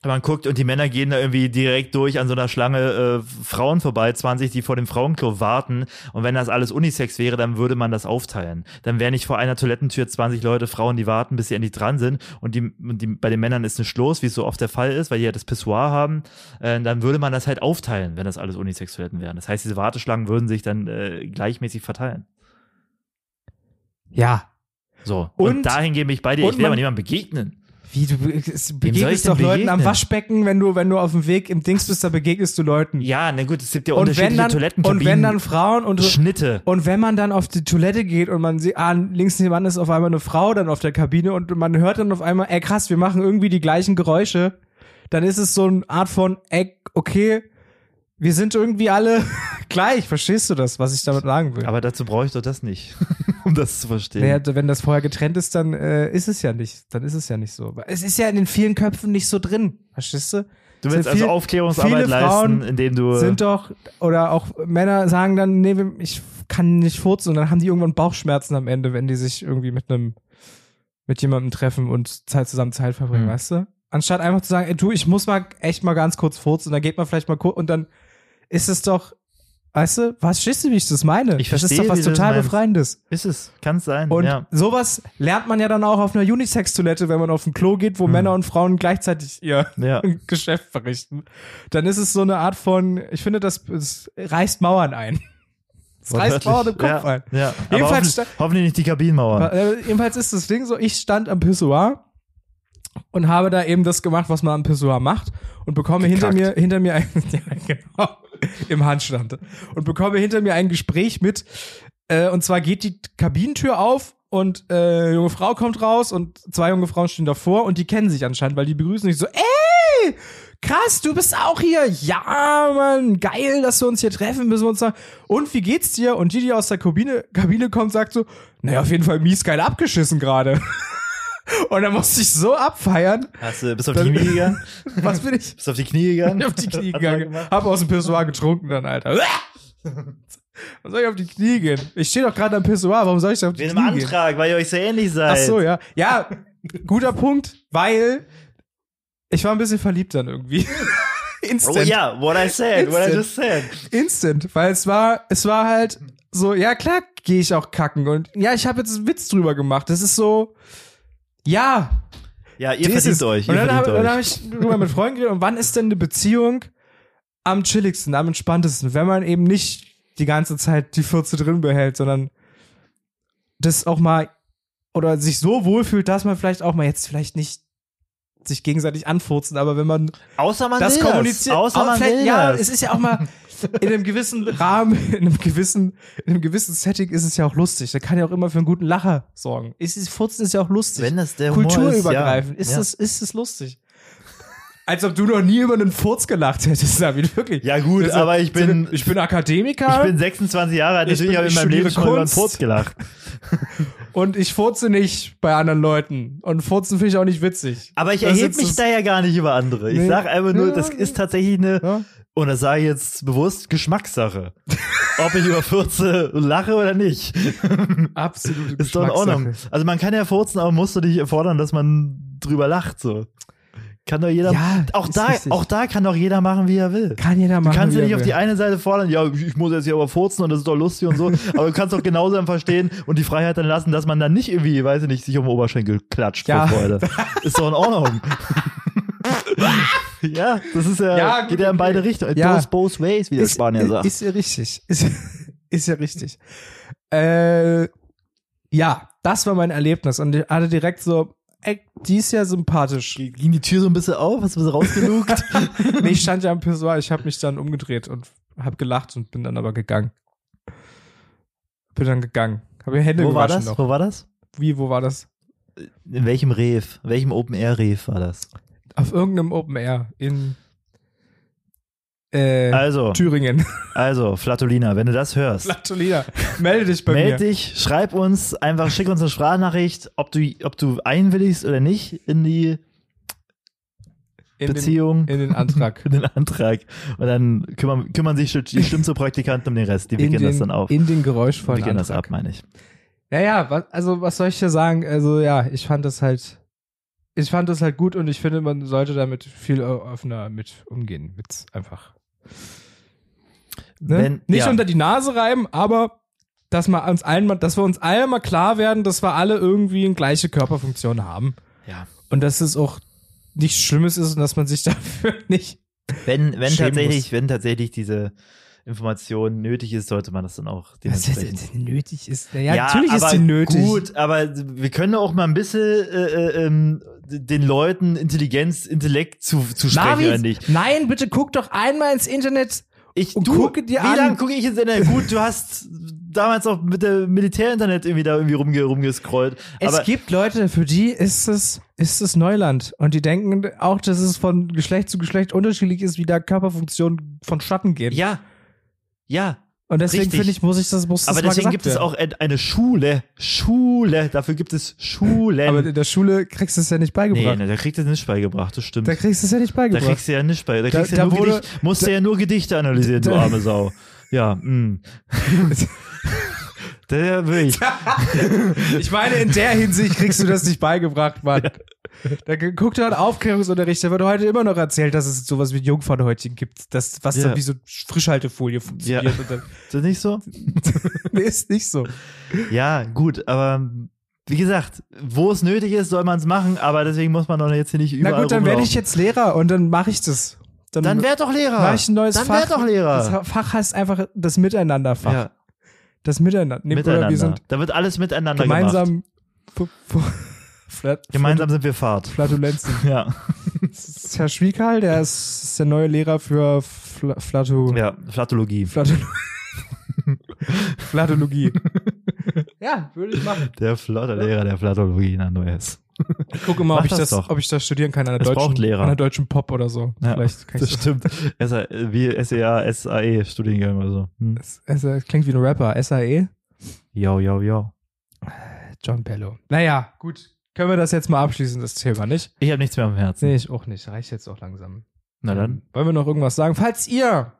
B: Wenn Man guckt und die Männer gehen da irgendwie direkt durch an so einer Schlange äh, Frauen vorbei, 20, die vor dem Frauenklo warten. Und wenn das alles Unisex wäre, dann würde man das aufteilen. Dann wären nicht vor einer Toilettentür 20 Leute Frauen, die warten, bis sie endlich dran sind. Und, die, und die, bei den Männern ist ein Schloss, wie es so oft der Fall ist, weil die ja das Pissoir haben. Äh, dann würde man das halt aufteilen, wenn das alles Unisex-Toiletten wären. Das heißt, diese Warteschlangen würden sich dann äh, gleichmäßig verteilen.
C: Ja,
B: So. Und,
C: Und-
B: dahin gebe ich bei dir.
C: und
B: Ich will
C: man-
B: aber niemandem begegnen.
C: Wie, du be- es
B: soll ich
C: begegnest
B: denn
C: doch Leuten am
B: begegnen?
C: Waschbecken, wenn du, wenn du auf dem Weg im Dings bist, da begegnest du Leuten.
B: Ja, na gut, es gibt ja
C: und wenn
B: unterschiedliche
C: dann, und wenn dann Frauen und,
B: Schnitte.
C: und wenn man dann auf die Toilette geht und man sieht, ah, links nebenan ist auf einmal eine Frau dann auf der Kabine und man hört dann auf einmal, ey krass, wir machen irgendwie die gleichen Geräusche, dann ist es so eine Art von, ey, okay, wir sind irgendwie alle gleich, verstehst du das, was ich damit sagen will?
B: Aber dazu brauche ich doch das nicht, um das zu verstehen.
C: Naja, also wenn das vorher getrennt ist, dann äh, ist es ja nicht, dann ist es ja nicht so. Weil Es ist ja in den vielen Köpfen nicht so drin, verstehst du?
B: du willst
C: Sind
B: also
C: viel-
B: Aufklärungsarbeit
C: viele
B: leisten,
C: Frauen
B: indem du.
C: sind doch, oder auch Männer sagen dann, nee, ich kann nicht furzen und dann haben die irgendwann Bauchschmerzen am Ende, wenn die sich irgendwie mit einem, mit jemandem treffen und Zeit zusammen Zeit verbringen,
B: Mhm.
C: weißt du? Anstatt einfach zu sagen, ey, du, ich muss mal echt mal ganz kurz furzen, dann geht man vielleicht mal kurz und dann ist es doch, weißt du, was stehst du, wie ich das meine?
B: Ich
C: das ist
B: verstehe,
C: doch was
B: wie du das
C: total
B: meinst.
C: Befreiendes.
B: ist es, kann es sein.
C: Und
B: ja.
C: sowas lernt man ja dann auch auf einer Unisex-Toilette, wenn man auf ein Klo geht, wo
B: Mhm.
C: Männer und Frauen gleichzeitig ihr
B: Ja.
C: Geschäft verrichten. Dann ist es so eine Art von, ich finde, das es reißt Mauern ein. Es reißt Mauern im Kopf
B: ja,
C: ein.
B: Ja. Aber
C: Jedenfalls
B: hoffentlich,
C: sta-
B: hoffentlich nicht die Kabinenmauern.
C: Äh, jedenfalls ist das Ding so, ich stand am Pissoir und habe da eben das gemacht, was man am Pissoir macht und bekomme hinter mir,
B: Gekackt.
C: hinter mir ein, ja, genau, im Handstand und bekomme hinter mir ein Gespräch mit, äh, und zwar geht die Kabinentür auf und äh, junge Frau kommt raus und zwei junge Frauen stehen davor und die kennen sich anscheinend, weil die begrüßen sich so, ey, krass, du bist auch hier. Ja, Mann, geil, dass wir uns hier treffen, müssen wir uns sagen. Und wie geht's dir? Und die, die aus der Kabine, Kabine kommt, sagt so, naja, auf jeden Fall mies geil abgeschissen gerade. und dann musste ich so abfeiern,
B: Hast du, bist du auf
C: Dann-
B: die Knie gegangen?
C: was bin ich?
B: Bist du auf die Knie gegangen?
C: bin auf die Knie
B: Hat man
C: gegangen.
B: gemacht?
C: Hab aus dem Pissoir getrunken dann, Alter. Warum soll ich auf die Knie gehen? Ich stehe doch gerade am Pissoir, warum soll ich da auf die
B: Wegen
C: Knie
B: einem
C: gehen?
B: Antrag, weil ihr euch so ähnlich
C: Ach
B: seid.
C: so, ja. Ja, guter Punkt, weil ich war ein bisschen verliebt dann irgendwie. Instant.
B: Oh ja, what I said, what I
C: Instant.
B: just said.
C: Instant, weil es war, es war halt so, ja klar, gehe ich auch kacken und ja, ich habe jetzt einen Witz drüber gemacht. Das ist so, ja,
B: Ja, ihr
C: das
B: verdient
C: ist-
B: euch, ihr
C: Und dann
B: verdient
C: habe
B: euch.
C: hab ich drüber mit Freunden geredet. Und wann ist denn eine Beziehung am chilligsten, am entspanntesten, wenn man eben nicht die ganze Zeit die Fürze drin behält, sondern das auch mal oder sich so wohlfühlt, dass man vielleicht auch mal jetzt vielleicht nicht sich gegenseitig anfurzen, aber wenn man
B: Außer man
C: das
B: will
C: kommuniziert,
B: das. Außer
C: aber
B: man
C: vielleicht-
B: will
C: ja,
B: das.
C: es ist ja auch mal in einem gewissen Rahmen, in einem gewissen, in einem gewissen Setting ist es ja auch lustig. Da kann ja auch immer für einen guten Lacher sorgen. Ist, ist, Furzen ist ja auch lustig.
B: Wenn das der Humor
C: Kulturübergreifend.
B: ist,
C: Ist,
B: ja.
C: das, ist das lustig? Als ob du noch nie über einen Furz gelacht hättest, David, wirklich.
B: Ja, gut,
C: Also,
B: aber ich bin,
C: ich bin Akademiker
B: Ich bin 26 Jahre alt,
C: Ich
B: natürlich
C: bin-
B: habe ich in
C: ich
B: meinem Leben
C: studiere
B: schon mal über einen
C: Kunst.
B: Furz gelacht.
C: und ich furze nicht bei anderen Leuten. Und furzen finde ich auch nicht witzig.
B: Aber ich
C: Das
B: erhebe
C: ist
B: mich
C: das-
B: da ja gar nicht über andere. Ich
C: Nee.
B: sage einfach nur, das
C: Ja.
B: ist tatsächlich eine,
C: Ja.
B: und das sage ich jetzt bewusst, Geschmackssache. Ob ich über Furze lache oder nicht,
C: Absolute
B: ist doch in Ordnung.
C: Geschmackssache.
B: Also man kann ja furzen, aber musst du dich erfordern, dass man drüber lacht, so. Kann doch jeder,
C: Ja,
B: auch
C: ist
B: da,
C: richtig.
B: auch da kann doch jeder machen, wie er will.
C: Kann jeder machen.
B: Du kannst
C: wie
B: ja
C: er
B: nicht auf
C: will.
B: die eine Seite fordern, ja, ich ich muss jetzt hier aber furzen und das ist doch lustig und so. aber du kannst doch genauso dann verstehen und die Freiheit dann lassen, dass man dann nicht irgendwie, weiß ich nicht, sich um den Oberschenkel klatscht
C: Ja.
B: vor Freude. Ist doch in Ordnung. ja, das ist ja,
C: Ja,
B: geht
C: gut,
B: ja in
C: okay.
B: beide Richtungen. It
C: Ja.
B: goes both ways, wie der Spanier sagt.
C: Ist ja richtig. Ist, ist ja richtig. Äh, ja, das war mein Erlebnis. Und ich hatte direkt so, ey, die ist ja sympathisch.
B: Ging die Tür so ein bisschen auf? Hast du ein bisschen rausgelugt?
C: nee, ich stand ja am Pissoir, ich habe mich dann umgedreht und habe gelacht und bin dann aber gegangen. Bin dann gegangen. Habe mir Hände
B: wo war
C: gewaschen
B: das?
C: noch.
B: Wo war das?
C: Wie, wo war das?
B: In welchem Reef? Welchem Open Air Reef war das?
C: Auf irgendeinem Open Air in äh,
B: Also,
C: Thüringen.
B: also, Flatulina, wenn du das hörst,
C: Latolina, melde dich bei
B: meld
C: mir.
B: dich, schreib uns, einfach schick uns eine Sprachnachricht, ob du, ob du einwilligst oder nicht in die
C: in, den,
B: Beziehung,
C: in den Antrag.
B: in den Antrag. Und dann kümmern, kümmern sich die Stimmzupraktikanten um den Rest. Die
C: in
B: wickeln
C: den,
B: das dann auf.
C: In den geräuschvollen
B: wickeln das
C: Antrag.
B: ab, meine ich.
C: Naja, was, also was soll ich dir sagen? Also ja, ich fand das halt, ich fand das halt gut und ich finde, man sollte damit viel offener mit umgehen, mit einfach. Ne?
B: Wenn-
C: Nicht
B: ja.
C: unter die Nase reiben, aber dass wir uns allen, mal- dass wir uns alle mal klar werden, dass wir alle irgendwie eine gleiche Körperfunktion haben
B: Ja.
C: und dass es auch nichts Schlimmes ist und dass man sich dafür nicht.
B: Wenn, wenn
C: Schämen
B: tatsächlich,
C: muss.
B: wenn tatsächlich diese Information nötig ist, sollte man das dann auch dementsprechend.
C: nötig ist. Naja, ja, natürlich ist sie nötig.
B: Gut, aber wir können auch mal ein bisschen äh, äh, ähm, den Leuten Intelligenz, Intellekt zu, zu sprechen, oder
C: Navid,
B: nicht?
C: nein, bitte guck doch einmal ins Internet.
B: Ich
C: Und
B: du,
C: gucke dir
B: wie
C: an.
B: lange gucke ich ins Internet? Gut, du hast damals auch mit dem Militärinternet irgendwie da irgendwie rumge rumgescrollt.
C: Es
B: aber
C: gibt Leute, für die ist es, ist es Neuland. Und die denken auch, dass es von Geschlecht zu Geschlecht unterschiedlich ist, wie da Körperfunktionen von Schatten gehen.
B: ja, ja,
C: Und deswegen
B: richtig.
C: finde ich, muss ich das, muss
B: aber
C: das
B: deswegen
C: mal gesagt
B: gibt es
C: werden.
B: auch ein- eine Schule, Schule. Dafür gibt es Schulen.
C: Aber in der Schule kriegst du es ja nicht
B: nee,
C: beigebracht.
B: ähm, nee, da kriegt er nicht beigebracht, das stimmt.
C: Da kriegst du es ja nicht
B: Da
C: beigebracht.
B: kriegst du ja nicht bei. Da
C: Da-
B: kriegst du
C: da
B: ja nur
C: wurde-
B: Gedicht, musst du ja nur Gedichte analysieren, du
C: Da-
B: arme Sau. Ja, mm. Der will ich.
C: Ich meine, in der Hinsicht kriegst du das nicht beigebracht, Mann. Da ge- guck dir an Aufklärungsunterricht, da wird heute immer noch erzählt, dass es sowas wie Jungfernhäutchen gibt, das, was
B: Ja.
C: dann wie so Frischhaltefolie funktioniert.
B: Ja.
C: Und dann,
B: Ist das nicht so?
C: nee, ist nicht so.
B: Ja, gut, aber wie gesagt, wo es nötig ist, soll man es machen, aber deswegen muss man doch jetzt hier nicht überall
C: Na gut, dann werde ich
B: rumlaufen.
C: jetzt Lehrer und dann mache ich das.
B: Dann werd doch Lehrer.
C: Mach ich ein neues
B: Ah, dann
C: Fach.
B: werd doch Lehrer.
C: Das Fach heißt einfach das Miteinanderfach.
B: ja,
C: Das Miteinander. Nee,
B: miteinander.
C: Oder wir sind
B: da wird alles miteinander gemacht.
C: gemeinsam. fu- fu- Flat,
B: Gemeinsam sind wir Fahrt.
C: Flatulenzen.
B: Ja,
C: Das ist Herr Schwiekal, der ist, ist der neue Lehrer für Fla Flatu.
B: ja, Flatologie.
C: Flatolo Flatologie. ja, würde ich machen.
B: Der Flatter Lehrer der Flatologie in Andoes.
C: Ich gucke mal,
B: Mach
C: ob ich,
B: das
C: das,
B: doch.
C: ob ich das studieren kann an der,
B: Es braucht
C: deutschen,
B: Lehrer.
C: an der deutschen Pop oder so.
B: Ja,
C: Vielleicht kann
B: Das
C: ich
B: stimmt. SA, wie E SEA, SAE Studiengang oder so. Hm.
C: das. Es, es klingt wie ein Rapper. E? SAE?
B: Yo, yo, yo.
C: John Bello. Naja, gut. Können wir das jetzt mal abschließen, das Thema, nicht?
B: Ich habe nichts mehr am Herzen.
C: Nee, ich auch nicht. Reicht jetzt auch langsam. Ähm,
B: Na dann.
C: Wollen wir noch irgendwas sagen? Falls ihr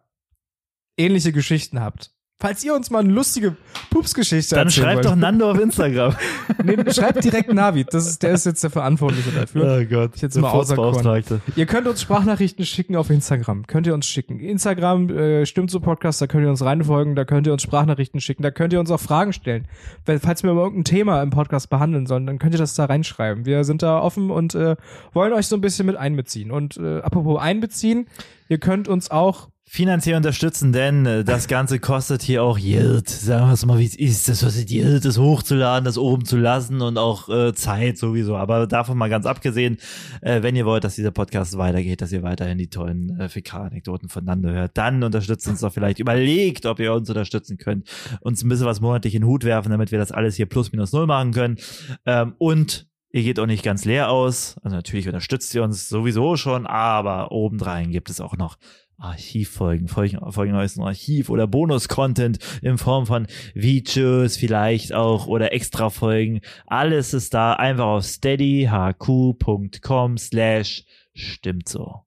C: ähnliche Geschichten habt, falls ihr uns mal eine lustige Pupsgeschichte
B: Dann
C: erzählen
B: schreibt
C: wollt,
B: doch Nando auf Instagram.
C: nee, schreibt direkt Navid. Das ist, der ist jetzt der Verantwortliche dafür.
B: oh Gott.
C: Jetzt mal außer Korn.
B: Beauftragte.
C: Ihr könnt uns Sprachnachrichten schicken auf Instagram. Könnt ihr uns schicken. Instagram äh, stimmt so Podcast, da könnt ihr uns reinfolgen, da könnt ihr uns Sprachnachrichten schicken, da könnt ihr uns auch Fragen stellen. Weil, falls wir mal irgendein Thema im Podcast behandeln sollen, dann könnt ihr das da reinschreiben. Wir sind da offen und äh, wollen euch so ein bisschen mit einbeziehen. Und äh, apropos einbeziehen, ihr könnt uns auch
B: Finanziell unterstützen, denn äh, das Ganze kostet hier auch Geld. Sagen wir es mal, wie es ist. Das kostet Geld, das hochzuladen, das oben zu lassen und auch äh, Zeit sowieso. Aber davon mal ganz abgesehen, äh, wenn ihr wollt, dass dieser Podcast weitergeht, dass ihr weiterhin die tollen äh, Fäkal-Anekdoten von Nando hört, dann unterstützt uns doch vielleicht. Überlegt, ob ihr uns unterstützen könnt. Uns ein bisschen was monatlich in den Hut werfen, damit wir das alles hier plus minus null machen können. Ähm, und Ihr geht auch nicht ganz leer aus. Also natürlich unterstützt ihr uns sowieso schon, aber obendrein gibt es auch noch Archivfolgen, Folgen, Folgen aus dem Archiv oder Bonus-Content in Form von Videos vielleicht auch oder Extra-Folgen. Alles ist da. Einfach auf steadyhq.com slash stimmt so.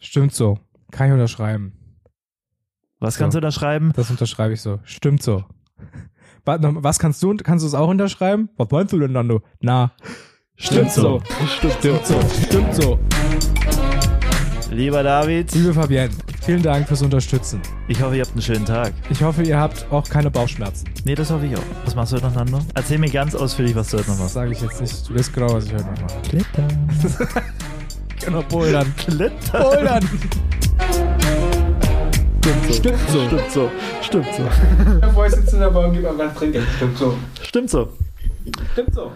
C: Stimmt so. Kann ich unterschreiben.
B: Was
C: So.
B: kannst du da schreiben?
C: Das unterschreibe ich so. Stimmt so. Warte noch mal, Was kannst du? Kannst du es auch unterschreiben? Was meinst du denn, Nando? Na.
A: Stimmt so. Stimmt so. Stimmt so.
B: Lieber David,
C: Liebe Fabienne, vielen Dank fürs Unterstützen.
B: ich hoffe, ihr habt einen schönen Tag.
C: Ich hoffe, ihr habt auch keine Bauchschmerzen.
B: Nee, das hoffe ich auch. Was machst du heute noch, Nando? Erzähl mir ganz ausführlich, was du heute noch
C: Das
B: machst.
C: sage ich jetzt nicht. Du weißt genau, was ich heute noch mache.
B: Klettern.
C: Genau, Bouldern.
B: Klettern.
C: Bouldern!
A: Stimmt so.
B: Stimmt so. Stimmt so.
C: Der Boy sitzt in der Baum, gibt mir was trinken. Stimmt so.
B: Stimmt so.
C: Stimmt so.